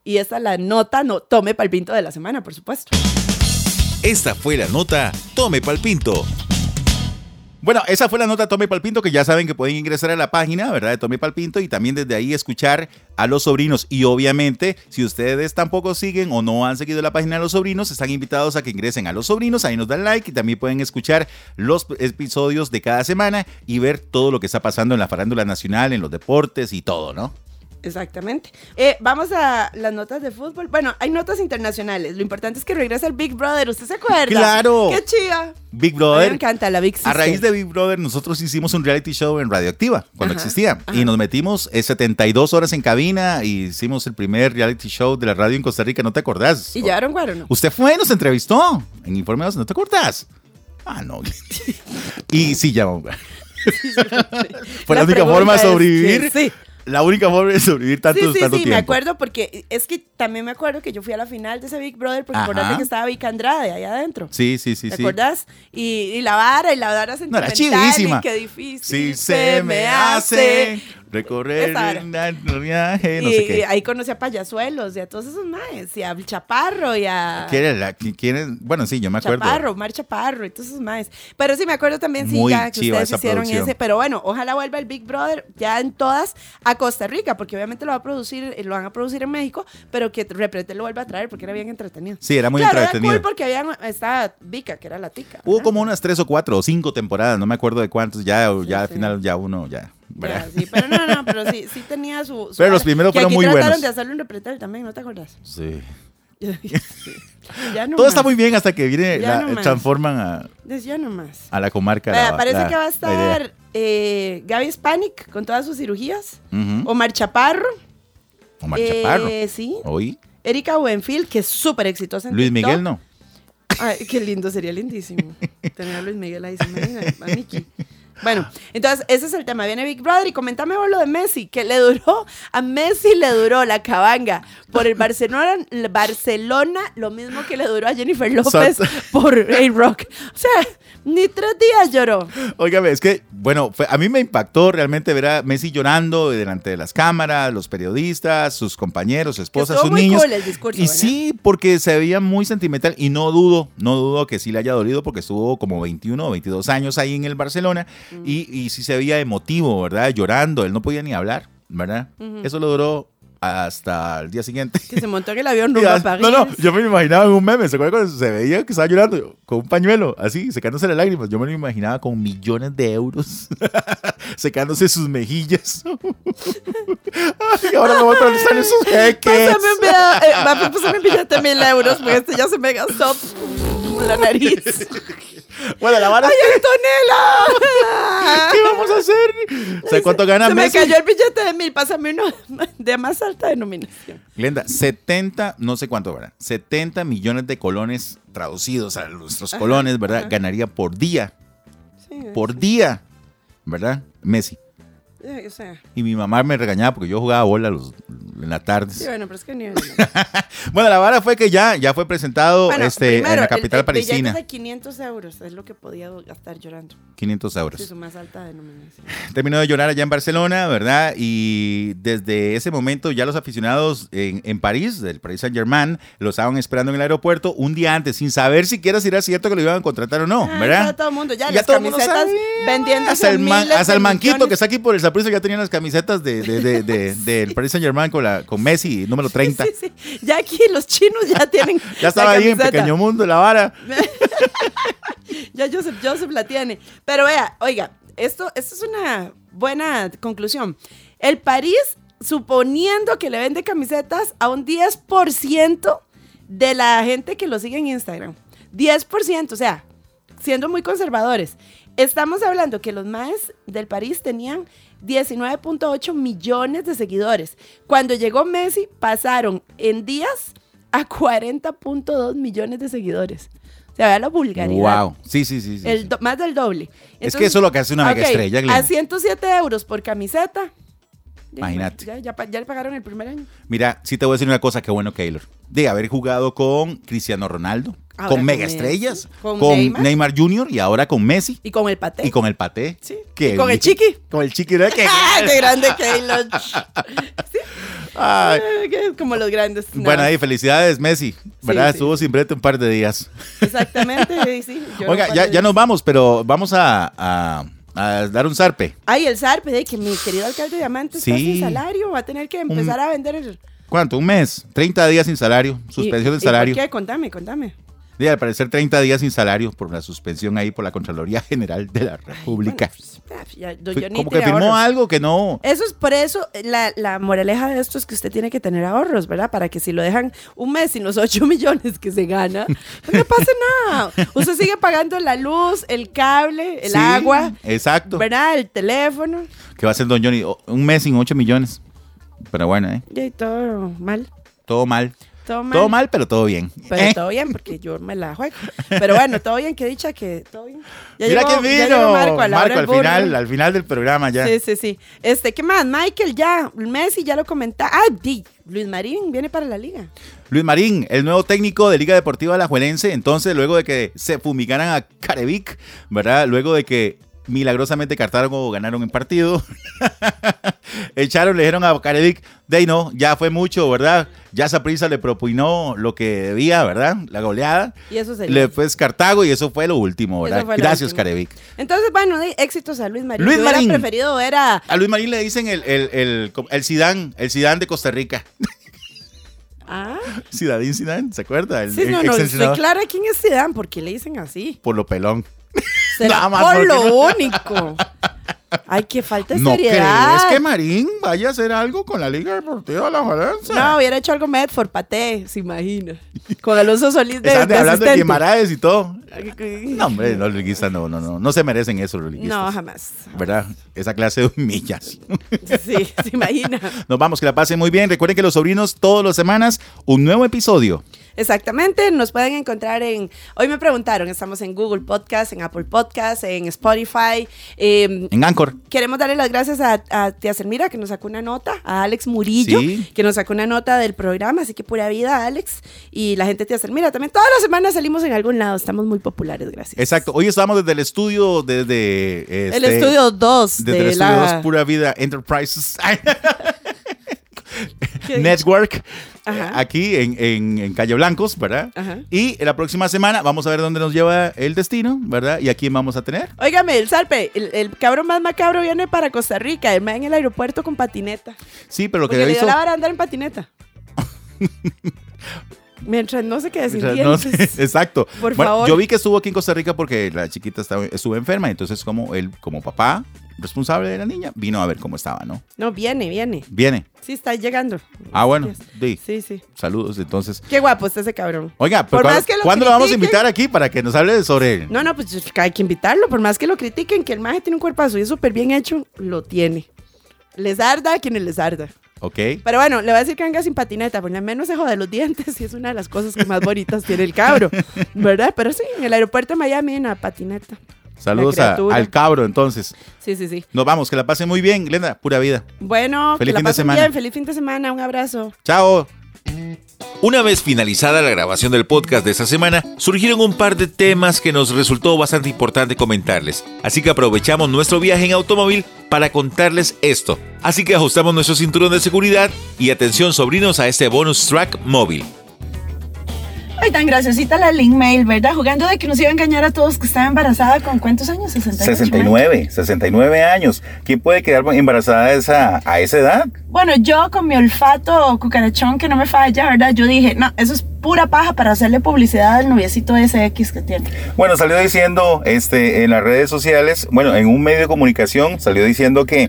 Y esta es la nota no Tome Palpinto de la semana, por supuesto.
Esta fue la nota Tome Palpinto.
Bueno, esa fue la nota Tome Palpinto, que ya saben que pueden ingresar a la página, ¿verdad? De Tome Palpinto y también desde ahí escuchar a los sobrinos. Y obviamente, si ustedes tampoco siguen o no han seguido la página de los sobrinos, están invitados a que ingresen a los sobrinos, ahí nos dan like y también pueden escuchar los episodios de cada semana y ver todo lo que está pasando en la farándula nacional, en los deportes y todo, ¿no?
Exactamente. Eh, vamos a las notas de fútbol. Bueno, hay notas internacionales. Lo importante es que regresa el Big Brother. ¿Usted se acuerda?
¡Claro!
¡Qué chida!
Big
A mí
Brother.
me encanta la Big
A
Sister.
raíz de Big Brother, nosotros hicimos un reality show en Radioactiva cuando
Ajá,
existía y nos metimos eh, 72 horas en cabina y hicimos el primer reality show de la radio en Costa Rica. ¿No te acordás?
¿Y llevaron guaro, no?
Usted fue, nos entrevistó en Informe 12, ¿no te acordás? Ah, no. [LAUGHS] y sí, ya
[LAUGHS]
vamos. Fue la,
La
única forma de
pregunta es
sobrevivir.
que sí.
La única forma de sobrevivir tanto,
sí, sí,
tanto
sí,
tiempo.
me acuerdo porque es que también me acuerdo que yo fui a la final de ese Big Brother porque
Ajá.
acordate que estaba Vic Andrade allá adentro.
Sí, sí, sí.
¿Te
sí.
acuerdas? Y, y la vara, y la vara
No, era
sentimental.
chidísima.
Y qué difícil
Si se me hace recorrer
Esa era.
el largo viaje,
Y,
no sé qué.
y ahí conocí a Payasuelos y a todos esos maes, y a Chaparro y a...
¿Quién era la- qui- quién es? Bueno, sí, yo me acuerdo.
Ah. Chaparro, Mar Chaparro y todos esos maes. Pero sí, me acuerdo también, sí,
Muy
ya que
chiva
ustedes
esa
hicieron
producción.
ese. Pero bueno, ojalá vuelva el Big Brother ya en todas a Costa Rica, porque obviamente lo va a producir, eh, lo van a producir en México, pero que Repretel lo vuelva a traer porque era bien entretenido.
Sí, era muy
claro,
entretenido.
Era cool porque habían, estaba Vika, que era la tica.
Hubo
¿verdad?
como unas tres o cuatro o cinco temporadas, no me acuerdo de cuántos, ya, ya al
sí.
final ya uno, ya. ¿verdad?
Ya, sí, pero no, no, pero sí, sí tenía su. su
Pero los
vara.
primeros
Que
fueron
aquí
muy
trataron
buenos.
de hacerlo en Repretel también, ¿no te acuerdas?
[LAUGHS]
[LAUGHS]
Sí.
ya no
Todo
más.
está muy bien hasta que viene,
Ya
la- eh,
no más.
transforman a,
Ya no más.
a la comarca.
Vea,
la-
parece
la-
que va a
la idea.
estar eh, Gaby Spanik con todas sus cirugías.
Ujú.
Omar Chaparro.
Omar
eh,
Chaparro.
sí.
Hoy,
Erika Buenfield, que es súper exitosa en
Luis
TikTok.
Miguel no.
Ay, qué lindo,
[LAUGHS]
sería lindísimo tener a Luis Miguel ahí. se imagina, a Mickey. Bueno, entonces ese es el tema. Viene Big Brother y comentame vos lo de Messi, que le duró, a Messi le duró la cabanga por el Barcelona, el Barcelona lo mismo que le duró a Jennifer López
Exacto.
por A-Rock. O sea, ni tres días lloró.
Óigame, es que, bueno, fue- a mí me impactó realmente ver a Messi llorando delante de las cámaras, los periodistas, sus compañeros, su esposa,
estuvo
sus
muy
niños.
cool el discurso,
y
¿verdad?
sí, porque se veía muy sentimental y no dudo, no dudo que sí le haya dolido porque estuvo como 21 o 22 años ahí en el Barcelona y, y sí se veía emotivo, ¿verdad? Llorando, él no podía ni hablar, ¿verdad? Eso lo duró hasta el día siguiente.
Que se montó en el avión rumbo a París.
No, no, yo me lo imaginaba en un meme, ¿se acuerdan cuando se veía que estaba llorando con un pañuelo, así, secándose las lágrimas? Yo me lo imaginaba con millones de euros, [LAUGHS] secándose sus mejillas. [LAUGHS] Ay, ahora me voy a pensar en sus jeques.
Pásame un billete, eh, papi, pásame un billete de mil euros, porque este ya se me gastó la nariz.
[LAUGHS] Bueno, la vara
¡Ay,
es
Antonela!
que, ¿qué vamos a hacer? ¿Sabes cuánto gana
Se me
Messi?
cayó el billete de mil, pásame uno [LAUGHS] de más alta denominación.
Glenda, 70, no sé cuánto, ¿verdad? 70 millones de colones traducidos a nuestros colones, ¿verdad? Ganaría por día,
Sí,
por día, ¿verdad? Messi.
Eh, O sea,
Y mi mamá me regañaba porque yo jugaba bola los, en las
sí,
tardes.
bueno, pero es que ni.
[LAUGHS] Bueno, la vara fue que ya, ya fue presentado
Bueno,
este, en
primero,
la
el-
capital
el billete
parisina.
de 500 euros es lo que podía gastar llorando.
500 euros.
Sí, su más alta denominación.
Terminó de llorar allá en Barcelona, ¿verdad? Y desde ese momento ya los aficionados en, en París, del Paris Saint Germain, lo estaban esperando en el aeropuerto un día antes, sin saber siquiera si era cierto que lo iban a contratar o no,
Ah,
¿verdad?
ya todo el mundo, ya,
Ya
las
todo el mundo
camisetas
sabía,
vendiendo.
Hasta el, man- hasta el manquito que está aquí por el Saprissa ya tenían las camisetas de, de- de-
[LAUGHS]
de- del Paris Saint Germain con, la, con Messi, número 30.
Sí, sí. Ya aquí los chinos ya tienen.
[LAUGHS] Ya estaba
la
ahí en
camiseta.
Pequeño Mundo, la vara.
Ya Joseph, Joseph la tiene. Pero vea, oiga, esto, esto es una buena conclusión. El París, suponiendo que le vende camisetas a un 10% de la gente que lo sigue en Instagram. 10%, o sea, siendo muy conservadores. Estamos hablando que los más del París tenían 19.8 millones de seguidores. Cuando llegó Messi, pasaron en días a 40.2 millones de seguidores. O sea, vea la vulgaridad.
Wow. Sí, sí, sí. sí, sí.
El do- más del doble.
Es que eso es lo que hace una mega
ok,
estrella, Glenn.
A 107 euros por camiseta. Ya,
Imagínate.
Ya, ya pa- ya le pagaron el primer año.
Mira, sí te voy a decir una cosa, qué bueno, Keylor. De haber jugado con Cristiano Ronaldo,
Ahora
con
con
mega
Messi,
estrellas,
con
con,
Neymar.
Neymar. Jr. y ahora con Messi
Y con el paté.
y con el Paté.
Sí.
Qué
Y con el
bien.
Chiqui.
Con el Chiqui, ¿verdad? Qué
[LAUGHS] ¡Ah,
grande.
qué
[LAUGHS]
grande Keylor! [LAUGHS]
Ay.
Que Como los grandes. No,
Bueno, ahí felicidades, Messi. ¿Verdad?
sí.
Estuvo sin brete un par de días.
Exactamente,
[LAUGHS]
y sí. yo
Oiga, ya,
no puedo
ya
decir.
nos vamos, pero vamos a, a- a dar un zarpe.
Ay, el zarpe de que mi querido alcalde Diamante
Sí.
está sin salario. Va a tener que empezar a vender el...
¿Cuánto? ¿Un mes? 30 días sin salario, suspensión
¿Y-
del
y por
salario.
qué? Contame, contame.
Y al parecer 30 días sin salario por la suspensión ahí por la Contraloría General de la República.
Bueno, pues, ya, yo-
Fue
yo ni
como que
tenía
firmó
ahorros.
algo que no.
Eso es por eso, eh, la, la moraleja de esto es que usted tiene que tener ahorros, ¿verdad? Para que si lo dejan un mes sin los [LAUGHS] 8 millones que se gana, pues no pasa nada. Usted sigue pagando la luz, el cable, el
Sí,
agua,
Exacto.
¿verdad? El teléfono,
Que va a ser Don Johnny O- un mes sin 8 millones. Pero bueno, ¿eh?
y ahí todo mal.
todo mal.
Todo mal.
Todo mal, pero todo bien.
Pero
¿eh?
todo bien, porque yo me la juego. Pero bueno, todo bien, que dicha que todo bien. Ya
Mira
llegó-
quién
ya
vino.
llegó
Marco,
a la hora del
al
burro.
final, al final del programa ya.
Sí, sí, sí. Este, ¿qué más? Michael ya, Messi ya lo comentaba. Ah, di, Luis Marín viene para la liga.
Luis Marín, el nuevo técnico de Liga Deportiva Alajuelense. Entonces, luego de que se fumigaran a Carevic, ¿verdad? Luego de que milagrosamente Cartago ganaron en partido. [LAUGHS] Echaron, le dijeron a Carevic, de ahí no, ya fue mucho, ¿verdad? Ya Saprisa le propinó lo que debía, ¿verdad? La goleada.
Y eso sería.
Le fue Cartago y eso fue lo último, ¿verdad?
Eso fue lo
Gracias,
último.
Carevic.
Entonces, bueno, di éxitos a Luis Marín.
Luis
Yo hubiera
Marín.
preferido ver a.
A Luis Marín le dicen el, el, el, el Zidane, el Zidane de Costa Rica. [LAUGHS]
Ah,
Zidane, Zidane, ¿se acuerda? El
sí, no, no, estoy
exentrenador.
clara este quién es Zidane, porque le dicen así.
Por lo pelón.
Será
Nada más
por
porque
lo
no-
único. Ay, qué falta de
¿No
seriedad.
crees que Marín vaya a hacer algo con la Liga Deportiva La Alajuelense?
no, hubiera hecho algo Medford, Paté, se imagina. Con Alonso Solís de,
Están
de
hablando de
asistente.
Guimaraes y todo. No, hombre, los liguistas no, no, no. No se merecen eso los liguistas.
No, jamás.
¿Verdad? Esa clase de humillas.
Sí, [LAUGHS] se imagina.
Nos vamos, que la pasen muy bien. Recuerden que los sobrinos, todas las semanas, un nuevo episodio.
Exactamente, nos pueden encontrar en, hoy me preguntaron, estamos en Google Podcast, en Apple Podcast, en Spotify. eh,
En Anchor.
Queremos darle las gracias a, a Tía Selmira, que nos sacó una nota, a Alex Murillo,
Sí.
que nos sacó una nota del programa, así que pura vida, Alex, y la gente de Tía Selmira. También todas las semanas salimos en algún lado, estamos muy populares, gracias.
Exacto. Hoy estamos desde el estudio, desde... este,
El estudio 2
Desde
de
el estudio
la...
dos, Pura Vida Enterprises.
[LAUGHS]
[LAUGHS]
¿Qué?
Network eh,
Ajá.
aquí en, en- en Calle Blancos, ¿verdad?
Ajá.
Y la próxima semana vamos a ver dónde nos lleva el destino, ¿verdad? Y a quién vamos a tener.
Óigame, el Sarpe, el, el cabrón más macabro viene para Costa Rica, el man en el aeropuerto con patineta.
Sí, pero lo que
Porque
yo
le dio
hizo.
la vara andar
[LAUGHS]
en patineta. Mientras no se quede sin
Mientras [LAUGHS] no sé-
dientes.
exacto.
Por
Bueno,
favor.
Yo vi que estuvo aquí en Costa Rica porque la chiquita estaba, estuvo enferma, entonces como él, como papá responsable de la niña, vino a ver cómo estaba, ¿no?
No, viene, viene.
Viene.
Sí, está llegando.
Ah, bueno. Sí.
Sí, sí.
Saludos, entonces.
Qué guapo está ese cabrón.
Oiga,
Por
pero
más
¿cuándo,
que lo
cuándo lo vamos a
critiquen-
invitar aquí para que nos hable sobre
No, no, pues hay que invitarlo. Por más que lo critiquen, que el maje tiene un cuerpazo y es súper bien hecho, lo tiene. Les arda a quienes les arda.
¿Ok?
Pero bueno, le voy a decir que venga sin patineta, por lo menos se jode los dientes [LAUGHS] y es una de las cosas que más bonitas tiene el cabro, ¿verdad? Pero sí, en el aeropuerto de Miami, una patineta.
Saludos a-
criatura.
al cabro, entonces.
Sí, sí, sí.
Nos vamos, que la pasen muy bien, Lena, pura vida.
Bueno,
Feliz
que la
fin de
pasen
semana.
bien. Feliz fin de semana. Un abrazo.
Chao.
Una vez finalizada la grabación del podcast de esta semana, surgieron un par de temas que nos resultó bastante importante comentarles. Así que aprovechamos nuestro viaje en automóvil para contarles esto. Así que ajustamos nuestro cinturón de seguridad y atención sobrinos a este bonus track móvil.
Ay, tan graciosita la Link Mail, ¿verdad? Jugando de que nos iba a engañar a todos que estaba embarazada con cuántos años, 69.
69, 69 años. ¿Quién puede quedar embarazada a esa, a esa edad?
Bueno, yo con mi olfato cucarachón que no me falla, ¿verdad? Yo dije, no, eso es pura paja para hacerle publicidad al noviecito SX que tiene.
Bueno, salió diciendo este, en las redes sociales, bueno, en un medio de comunicación salió diciendo que,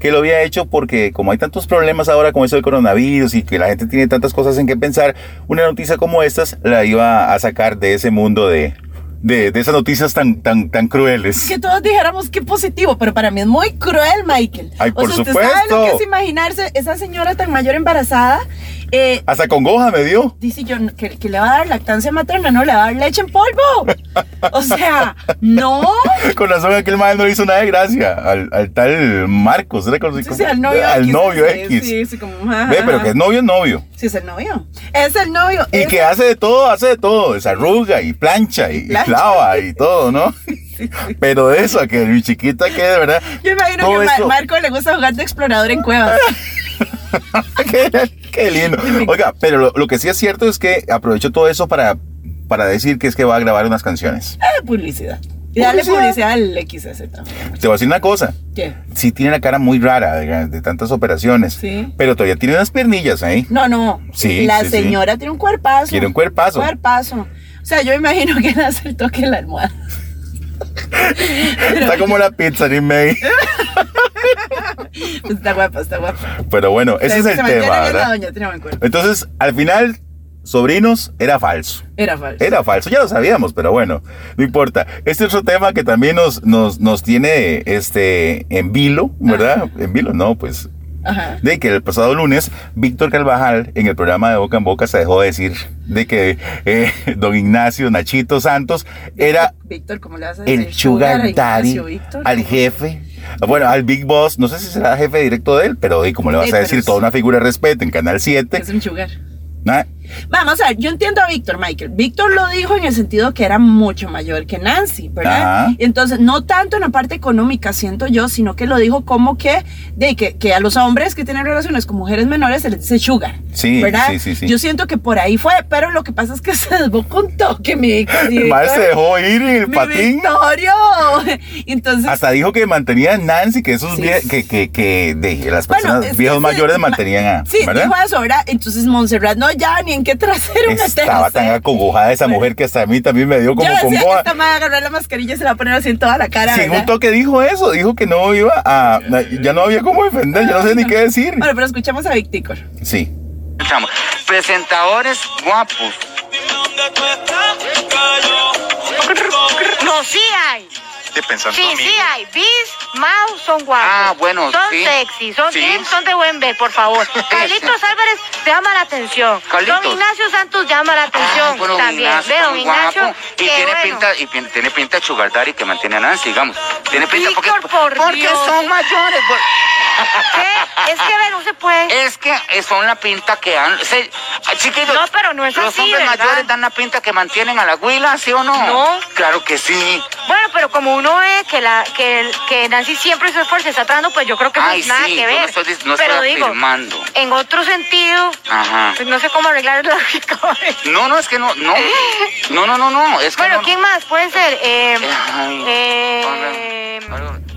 que lo había hecho porque como hay tantos problemas ahora con eso del coronavirus y que la gente tiene tantas cosas en que pensar, una noticia como estas la iba a sacar de ese mundo de, de, de esas noticias tan, tan, tan crueles.
Que todos dijéramos que positivo, pero para mí es muy cruel, Michael.
Ay, por
o sea, ¿usted sabe lo
supuesto.
que es imaginarse esa señora tan mayor embarazada? Eh,
Hasta congoja me dio. [LAUGHS]
dice yo que, que le va a dar lactancia materna, no, le va a dar leche en polvo. O sea, no.
Con razón aquel mal no le hizo nada de gracia al, al tal Marcos, ¿era que-
Sí, sí, al novio
al
X,
novio
sí,
X.
Sí, sí, como, ajá,
Ve, pero
ajá.
que es novio es novio.
Sí, es el novio. Es el novio.
Y
es-
que hace de todo, hace de todo, desarruga y plancha y, y
Plancha.
clava y todo,
[LAUGHS]
¿no? Pero de eso, a que mi chiquita que de verdad,
Yo imagino
todo
que a
eso.
Marco le gusta jugar de explorador
[LAUGHS]
en cuevas.
qué, [LAUGHS] qué lindo. Oiga, pero lo, lo que sí es cierto es que aprovecho todo eso para, para decir que es que va a grabar unas canciones.
Ah, publicidad. Y dale publicidad al XS también.
Te voy a decir una cosa,
¿Qué?
sí tiene la cara muy rara de, de tantas operaciones,
Sí.
pero todavía tiene unas piernillas ahí.
No, no.
Sí,
La
sí, sí.
señora tiene un cuerpazo.
Tiene un cuerpazo.
Cuerpazo. O sea, yo imagino que le hace el toque en la almohada.
[LAUGHS] Está como la pizza, ni May.
Está guapa, está guapa.
Pero bueno, ese
Se-
es el
se mantiene
tema,
bien La
¿verdad?
doña, tiene buen cuerpo.
Entonces, al final, sobrinos, era falso.
Era falso.
Era falso, ya lo sabíamos, pero bueno, no importa. Este otro tema que también nos, nos, nos tiene este, en vilo, ¿verdad? En vilo, no, pues.
Ajá.
De que el pasado lunes, Víctor Carvajal, en el programa de Boca en Boca, se dejó decir de que eh, [LAUGHS] don Ignacio Nachito Santos era
Víctor, ¿cómo le vas a decir?
el sugar daddy
Ignacio, Víctor?
al jefe. Bueno, al Big Boss, no sé si será jefe directo de él, pero ¿y ¿cómo le vas
Eh,
a
pero
decir?
es-
Toda una figura de respeto en Canal 7.
Es un sugar.
¿no?
Vamos a ver, yo entiendo a Víctor, Michael. Víctor lo dijo en el sentido que era mucho mayor que Nancy, ¿verdad?
Ajá.
Entonces, no tanto en la parte económica, siento yo, sino que lo dijo como que, de que, que a los hombres que tienen relaciones con mujeres menores se les dice sugar.
Sí,
¿verdad?
sí, sí, sí.
Yo siento que por ahí fue, pero lo que pasa es que [LAUGHS] se desbocó un toque, mi Víctor.
El mal se dejó ir en el
Mi
patín.
Victorio. [LAUGHS] Entonces,
Hasta dijo que mantenía a Nancy, que esos
Sí.
vie- que, que, que de- las personas
es que
viejos
se-
mayores
ma-
mantenían a.
Sí,
¿verdad?
dijo eso, ¿verdad? Entonces Montserrat, no, ya, ni en qué trasero me
Estaba tan acongojada esa mujer que hasta a mí también me dio como
Yo decía,
congoja.
esta madre va a agarrar la mascarilla y se la va a poner así en toda la cara,
Sin
¿verdad?
un toque dijo eso, dijo que no iba a. Ya no había cómo defender, yo no sé ni qué decir.
Bueno, pero escuchamos a Victor.
Sí.
Estamos. Presentadores guapos.
No, sí hay.
Estoy pensando
Sí,
a mí.
sí hay. Bis, Mau son guapos.
Ah, bueno,
Son
sí.
sexy, son,
Sí.
tienen- son de buen ver, por favor.
[LAUGHS]
Carlitos Álvarez llama la atención.
Carlitos.
Don Ignacio Santos llama la atención
Ah, bueno, don
también.
Ignacio
Ve,
está
don
muy
Ignacio,
guapo. Y
qué
tiene
bueno.
pinta, y pin- tiene pinta de sugar daddy que mantiene a Nancy, digamos. Tiene pinta porque,
Víctor, por
porque
Dios.
son mayores. Eh, güey.
¿Qué? Es que, a ver, no se puede.
Es que son la pinta que dan. se- ah, chiquillos,
No, pero no es
los
así,
hombres
Pues ¿verdad?
mayores dan la pinta que mantienen a la huila, ¿sí o no?
No.
Claro que sí.
Bueno, pero como uno ve que la que, el- que Nancy siempre se esfuerza y está tratando, pues yo creo que no
Ay,
es nada
sí,
que
yo no
ver.
estoy dis- no
pero
estoy
digo,
afirmando.
en otro sentido,
Ajá.
pues no sé cómo arreglar la [LAUGHS] lógica.
No, no, es que no, no. No, no, no, no. Es que
Bueno,
no-
¿quién más? Puede ser. Eh,
Ay.
eh,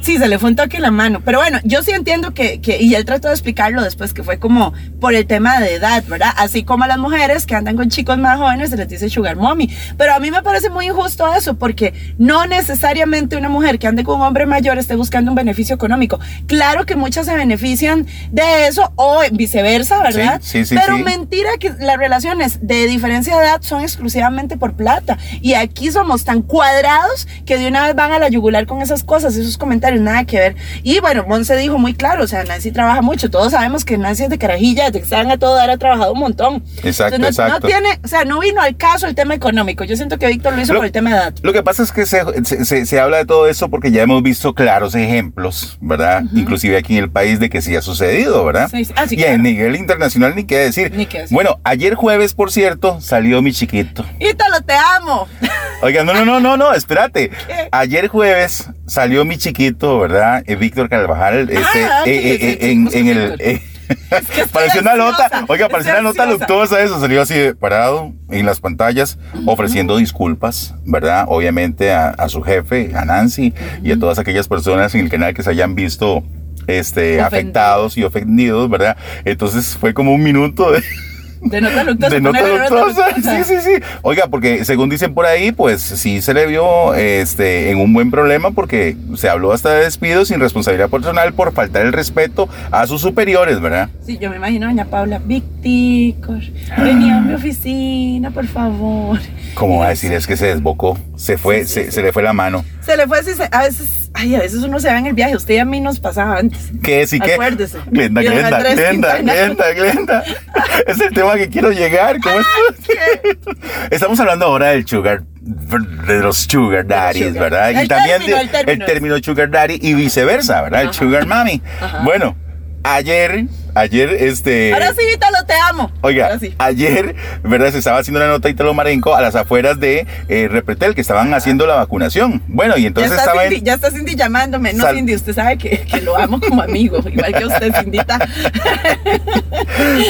Sí, se le fue un toque en la mano. Pero bueno, yo sí entiendo que, que- y él trató de explicarlo después, que fue como por el tema de edad, ¿verdad? Así como a las mujeres que andan con chicos más jóvenes se les dice sugar mommy. Pero a mí me parece muy injusto eso, porque no necesariamente una mujer que ande con un hombre mayor esté buscando un beneficio económico. Claro que muchas se benefician de eso o viceversa, ¿verdad?
Sí, sí, sí,
Pero
sí.
mentira que las relaciones de diferencia de edad son exclusivamente por plata. Y aquí somos tan cuadrados que de una vez van a la yugular con esas cosas, esos comentarios. nada que ver. Y bueno, Monse dijo muy claro, o sea, Nancy trabaja mucho, todos sabemos que Nancy es de carajilla, de que saben a todo dar, ha trabajado un montón.
Exacto,
Entonces, no,
exacto.
No tiene, o sea, no vino al caso el tema económico. Yo siento que Víctor lo hizo
Lo-
por el tema de edad.
Lo que pasa es que se, se- se- se habla de todo eso porque ya hemos visto claros ejemplos, ¿verdad? Inclusive aquí en el país de que sí ha sucedido, ¿verdad?
Sí, sí. Ah, sí,
y a
claro.
nivel internacional ni qué decir.
Ni qué decir.
Bueno, ayer jueves, por cierto, salió mi chiquito.
Ítalo, te amo. [LAUGHS]
Oiga, no, no, no, no, no, espérate. Ayer jueves salió mi chiquito, ¿verdad? Eh, Víctor Carvajal, este,
Ah,
eh,
sí,
eh,
sí,
eh,
sí,
en,
busca
en el...
Víctor.
eh, [LAUGHS]
que estoy
pareció una
ansiosa,
nota, oiga, pareció una
estoy
nota
ansiosa.
luctuosa eso, salió así de parado en las pantallas, ofreciendo disculpas, ¿verdad? Obviamente a, a su jefe, a Nancy, y a todas aquellas personas en el canal que se hayan visto este,
Ofendidos.
afectados y ofendidos, ¿verdad? Entonces fue como un minuto de...
De nota luctuosa.
De nota
ponerle nota
luctuosa. Sí,
luctuosa.
sí, sí. Oiga, porque según dicen por ahí, pues sí se le vio este, en un buen problema porque se habló hasta de despido sin responsabilidad personal por faltar el respeto a sus superiores, ¿verdad?
Sí, yo me imagino a doña Paula, Víctor, venía a mi oficina, por favor.
¿Cómo va a decir? Es que se desbocó, se fue, se, se le fue la mano.
Se le fue así, se- a veces, ay, a veces uno se va en el viaje, usted y a mí nos pasaba antes.
¿Qué es y qué?
Acuérdese.
Glenda,
Y don
Glenda,
Andrés
Glenda,
Quintana.
Glenda,
[LAUGHS]
Glenda. Es el tema que quiero llegar. ¿Cómo es? Estamos hablando ahora del sugar, de los sugar daddies,
sugar.
¿verdad?
El
y también
término,
de-
el término.
sugar daddy y viceversa, ¿verdad? El sugar mommy. Bueno, ayer, ayer, este...
Ahora sí, Vítalo, te amo.
Oiga,
Ahora sí.
ayer, ¿verdad? Se estaba haciendo una nota Italo Marenco a las afueras de eh, Repretel, que estaban haciendo la vacunación. Bueno, y
Ya
entonces
está,
estaba... en-
Cindy, ya está Cindy llamándome. No,
Sal-
Cindy, usted sabe que, que lo amo como amigo, igual que usted,
[LAUGHS]
Cindita.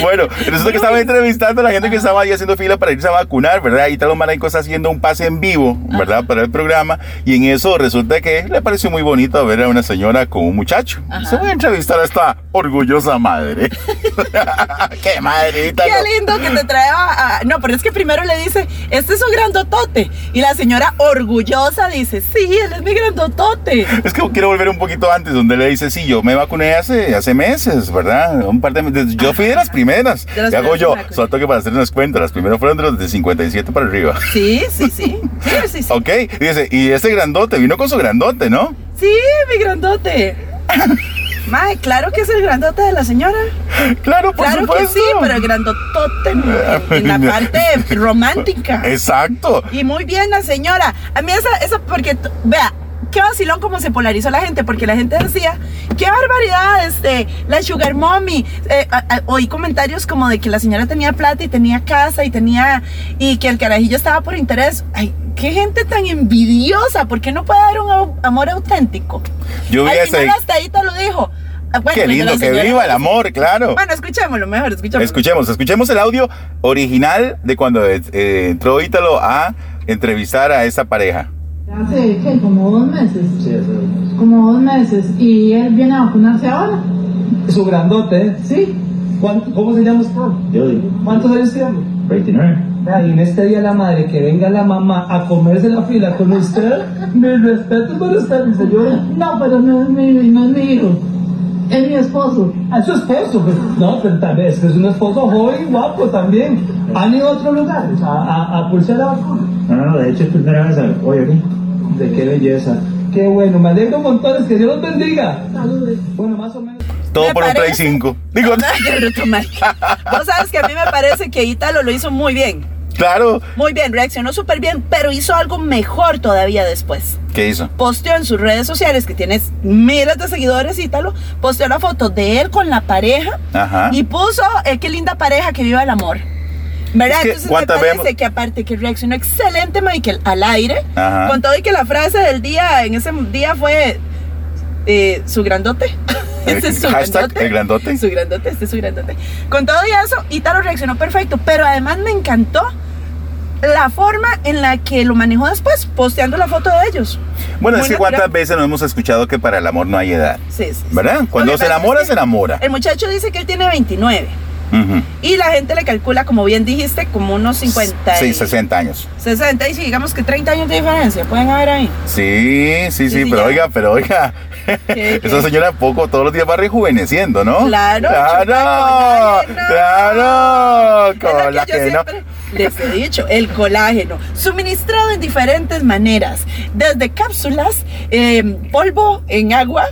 Bueno, resulta que estaba entrevistando a la gente que estaba ahí haciendo fila para irse a vacunar, ¿verdad? Y Italo Marenco está haciendo un pase en vivo, ¿verdad? Para el programa. Y en eso resulta que le pareció muy bonito ver a una señora con un muchacho. Se voy a entrevistar a esta orgullosa
[LAUGHS]
madre. ¡Qué madre, Italo!
Qué lindo que te trae a, a- No, pero es que primero le dice, este es un grandotote. Y la señora orgullosa dice, sí, él es mi grandotote.
Es que quiero volver un poquito antes, donde le dice, sí, yo me vacuné hace, hace meses, ¿verdad? Un par de meses. Yo fui de las primeras.
De las
Y hago
primeras
yo,
vacunas.
solo que para hacernos cuenta, las primeras fueron de los de 57 para arriba.
Sí, sí, sí. Sí, sí, sí.
Ok, y dice, y este grandote vino con su grandote, ¿no?
Sí, mi grandote. [LAUGHS] Mae, claro que es el grandote de la señora.
Claro, por
claro
supuesto.
que sí,
[LAUGHS]
pero el grandotote en, en la parte romántica.
Exacto.
Y muy bien la señora. A mí esa, esa porque, t- vea, qué vacilón como se polarizó la gente, porque la gente decía, qué barbaridad, este, la sugar mommy. Eh, a- a- oí comentarios como de que la señora tenía plata y tenía casa y tenía, y que el carajillo estaba por interés. Ay, qué gente tan envidiosa, ¿por qué no puede haber un au- amor auténtico?
Yo vi
Al
ese.
final hasta ahí te lo dijo. Ah, bueno,
Qué
el de la
lindo, que
señora-
viva el amor, claro.
Bueno, escuchémoslo mejor, escuchémoslo.
Escuchemos, escuchemos el audio original de cuando eh, eh, entró Ítalo a entrevistar a esta pareja.
Hace ¿qué? como dos meses. Como dos meses. Y él viene a vacunarse ahora. Su grandote, ¿eh? Sí. ¿Cómo se llama usted? ¿Cuántos años tiene? 29. Y en este día la madre que venga la mamá a comerse la fila con usted, [LAUGHS] mi respeto para usted, mi señora. No, pero no es mi, no es mi hijo. Es mi esposo. Es su esposo, pero- no, pero tal vez que es un esposo joven y guapo también. ¿Han ido a otro lugar a, a, a pulsar la vacuna? De qué belleza. Qué bueno, me alegro montones, que Dios los bendiga. Saludos. Bueno, más o menos.
Todo
Me
por un Play
parece-
5. Digo,
Ay, bruto, Mike. Vos sabes que a mí me parece que Italo lo hizo muy bien.
[LAUGHS] claro.
Muy bien, reaccionó súper bien, pero hizo algo mejor todavía después.
¿Qué hizo?
Posteó en sus redes sociales, que tienes miles de seguidores, Ítalo, posteó la foto de él con la pareja
Ajá.
y puso, eh, qué linda pareja, que viva el amor. ¿Verdad?
Es que,
Entonces me
¿cuántas
parece
vemos?
que aparte que reaccionó excelente Michael al aire,
Ajá.
con todo y que la frase del día, en ese día fue eh, su grandote. [LAUGHS] Ese es su
Eh, Hashtag,
grandote.
el grandote.
Su grandote, este es su grandote. Con todo y eso, Italo reaccionó perfecto, pero además me encantó la forma en la que lo manejó después, posteando la foto de ellos.
Bueno, es
Muy
que cuántas
natural.
veces no hemos escuchado que para el amor no hay edad.
Sí, sí, sí.
¿Verdad? Cuando
Lo que
se
pasa
enamora,
es que
se enamora.
El muchacho dice que él tiene 29
Ujú.
y la gente le calcula, como bien dijiste, como unos 50.
Sí,
y-
60 años.
60 y si digamos que 30 años de diferencia, pueden haber ahí.
Sí, sí, sí,
sí,
pero
ya.
oiga, pero oiga,
¿Qué, qué?
[LAUGHS] esa señora poco todos los días va rejuveneciendo, ¿no?
Claro,
claro,
chupa con la arena.
claro,
Es lo
con
que
la
yo
que no.
siempre- les he dicho, el colágeno, suministrado en diferentes maneras, desde cápsulas, eh, polvo en agua,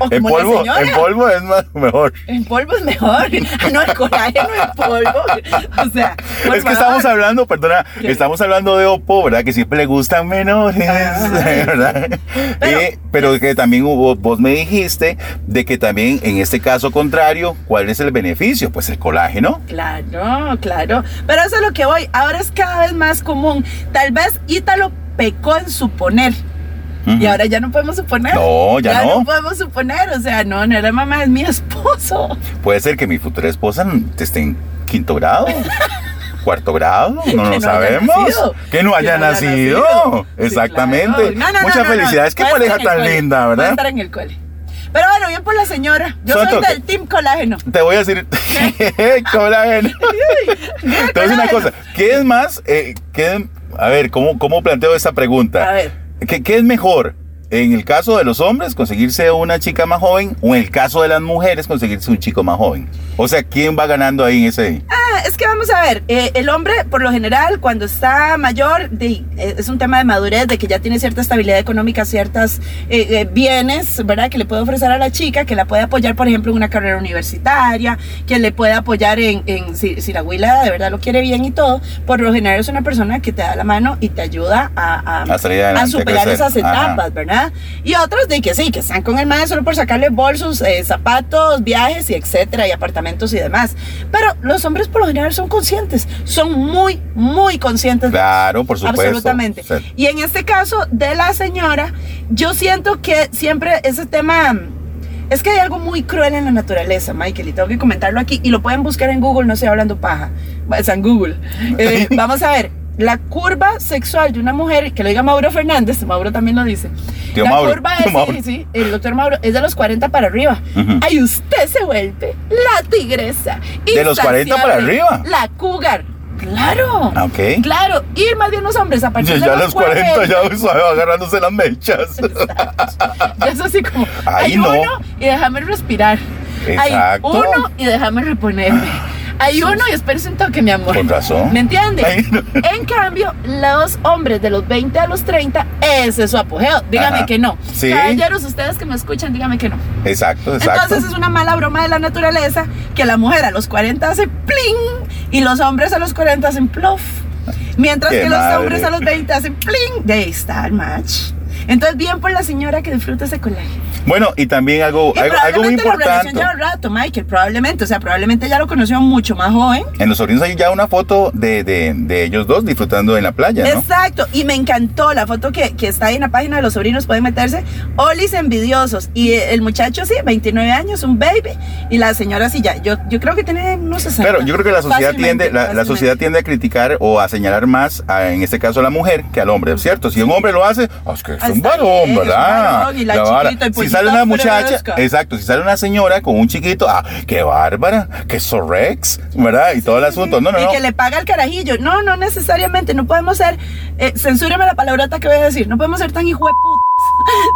o
En
como
polvo,
la señora.
en polvo es más [LAUGHS] mejor.
En polvo es mejor. Ah, no, el colágeno en polvo. O sea,
[LAUGHS]
por
es que
favor.
estamos hablando, perdona,
¿Qué?
estamos hablando de Oppo, ¿verdad? Que siempre le gustan menores,
Ah,
[LAUGHS] ¿verdad? Pero, pero que también hubo, vos me dijiste de que también en este caso contrario, ¿cuál es el beneficio? Pues el colágeno.
Claro, claro. Pero eso es lo que voy. Ahora es cada vez más común. Tal vez Ítalo pecó en suponer. Y ahora ya no podemos suponer.
No, ya no.
podemos suponer. O sea, no, no era mamá, es mi esposo.
Puede ser que mi futura esposa esté en quinto grado.
[LAUGHS]
Cuarto grado, no
Que
lo
no haya
sabemos.
nacido.
Que no haya nacido. Exactamente.
No, no, no,
Muchas
no, no.
felicidades. Qué
Puede
pareja
estar en el
tan
cole.
linda,
Puede
¿verdad?
estar en el cole. Pero bueno, bien por la señora. Yo soy
Soto,
del Team Colágeno.
Te voy a
[LAUGHS]
decir, [LAUGHS] colágeno. Te voy a decir una cosa. ¿Qué es más? eh, qué- a ver, ¿cómo, cómo planteo esta pregunta?
A ver.
¿Qué, qué es mejor? En el caso de los hombres, conseguirse una chica más joven, o en el caso de las mujeres, conseguirse un chico más joven. O sea, ¿quién va ganando ahí en ese?
Ah, es que vamos a ver, eh, el hombre por lo general cuando está mayor de- eh, es un tema de madurez, de que ya tiene cierta estabilidad económica, ciertas eh, eh, bienes, ¿verdad? Que le puede ofrecer a la chica, que la puede apoyar, por ejemplo, en una carrera universitaria, que le puede apoyar en, en si, si la abuela de verdad lo quiere bien y todo. Por lo general es una persona que te da la mano y te ayuda a,
A salir adelante, a
superar
crecer.
esas
Ajá.
etapas, ¿verdad? Y otros de que sí, que están con el madre solo por sacarle bolsos, eh, zapatos, viajes y etcétera, y apartamentos y demás. Pero los hombres por lo general son conscientes, son muy, muy conscientes.
Claro, por supuesto.
Absolutamente.
O sea,
Y en este caso de la señora, yo siento que siempre ese tema... mm, Es que hay algo muy cruel en la naturaleza, Michael, y tengo que comentarlo aquí. Y lo pueden buscar en Google, no estoy hablando paja. Es en Google. Eh, vamos a ver. La curva sexual de una mujer, que lo diga Mauro Fernández, Mauro también lo dice.
Tío
la
Mauro,
curva
tío
es,
Mauro.
sí, sí, el doctor Mauro, es de los 40 para arriba.
Ujú.
Ahí usted se vuelve la tigresa.
De los 40 para
insaciable,
arriba.
La cougar. Claro.
Ah, ok.
Claro. Y más bien los hombres, a partir
Ya,
de
a los 40, ya suave, agarrándose las mechas.
[LAUGHS]
[LAUGHS]
ya es así como.
Ahí
hay
no.
uno y déjame respirar. Hay
Exacto.
uno y déjame reponerme. Hay uno y espérese un toque, mi amor.
Con razón.
¿Me entiendes?
Ay, no.
[LAUGHS] En cambio, los hombres de los 20 a los 30, ese es su apogeo. Dígame
Ajá.
que no.
Sí.
Caballeros, ustedes que me escuchan, dígame que no.
Exacto, exacto.
Entonces es una mala broma de la naturaleza que la mujer a los 40 hace pling y los hombres a los 40 hacen plof. Mientras
¡Qué
que
madre!
los hombres a los 20 hacen pling. De ahí está el match. Entonces, bien por la señora que disfruta ese colágeno.
Bueno, y también algo,
Y
algo, algo muy
probablemente la relación
importante.
lleva un rato, Michael, probablemente. O sea, probablemente ya lo conoció mucho más joven.
En los sobrinos hay ya una foto de, de, de ellos dos disfrutando en la playa, ¿no?
Exacto, y me encantó la foto que, que está ahí en la página de los sobrinos, pueden meterse, Olis envidiosos, y el muchacho sí, 29 años, un baby, y la señora sí, ya, yo, yo creo que tiene unos 60.
Claro, yo creo que la sociedad
Fácilmente,
tiende, la, la
fácilmente.
sociedad tiende a criticar o a señalar más, a, en este caso a la mujer, que al hombre, ¿cierto? Si un hombre lo hace, "Ah, es que es
Ah,
un
está
varón,
bien, es un
¿verdad?
varón, y la
vara.
chiquita, y
si
pollita
sale una muchacha,
fresca.
exacto, si sale una señora con un chiquito, ah, qué bárbara, qué sorrex, ¿verdad? Y todo el asunto, no, no,
y
no.
que le paga el carajillo. No, no necesariamente. No podemos ser. Eh, censúreme la palabrota que voy a decir. No podemos ser tan hijo de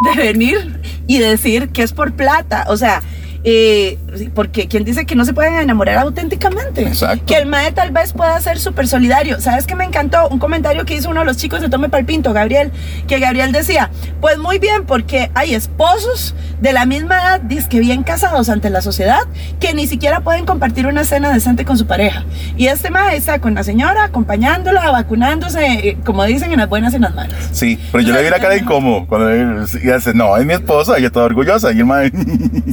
putas de venir y decir que es por plata. O sea. eh, porque quien dice que no se pueden enamorar auténticamente.
Exacto.
Que el mae tal vez pueda ser súper solidario. ¿Sabes qué me encantó? Un comentario que hizo uno de los chicos de Tome Palpinto, Gabriel, que Gabriel decía, pues muy bien, porque hay esposos de la misma edad, disque bien casados ante la sociedad, que ni siquiera pueden compartir una cena decente con su pareja. Y este mae está con la señora, acompañándola, vacunándose, eh, como dicen, en las buenas y en las malas. [LAUGHS]
Sí, pero yo le vi la cara de incómodo cuando le y hace, no, es mi esposa, ella toda orgullosa, y el man,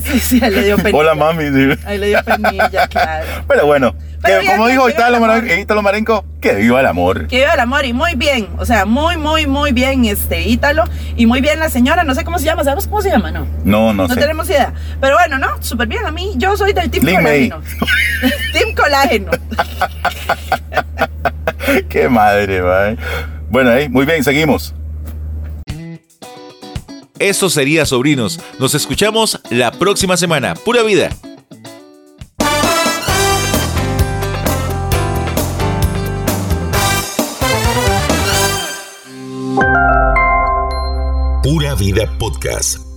Sí, sí, ahí le dio penilla.
hola mami. sí.
Ahí le dio penilla, claro.
Pero bueno,
Pero
que
bien,
como
bien,
dijo
viva
Italo
el amor.
Marenco, eh, Italo Marenco, que viva el amor.
Que viva el amor y muy bien, o sea, muy, muy, muy bien este Ítalo y muy bien la señora, no sé cómo se llama, ¿sabemos cómo se llama? No.
No, no,
No
sé.
tenemos idea. Pero bueno, no, súper bien. A mí, yo soy del Team
Link May.
Colágeno. team Colágeno.
Qué madre, mae. Bueno, ahí, muy bien, seguimos.
Eso sería, sobrinos. Nos escuchamos la próxima semana. Pura vida.
Pura Vida Podcast.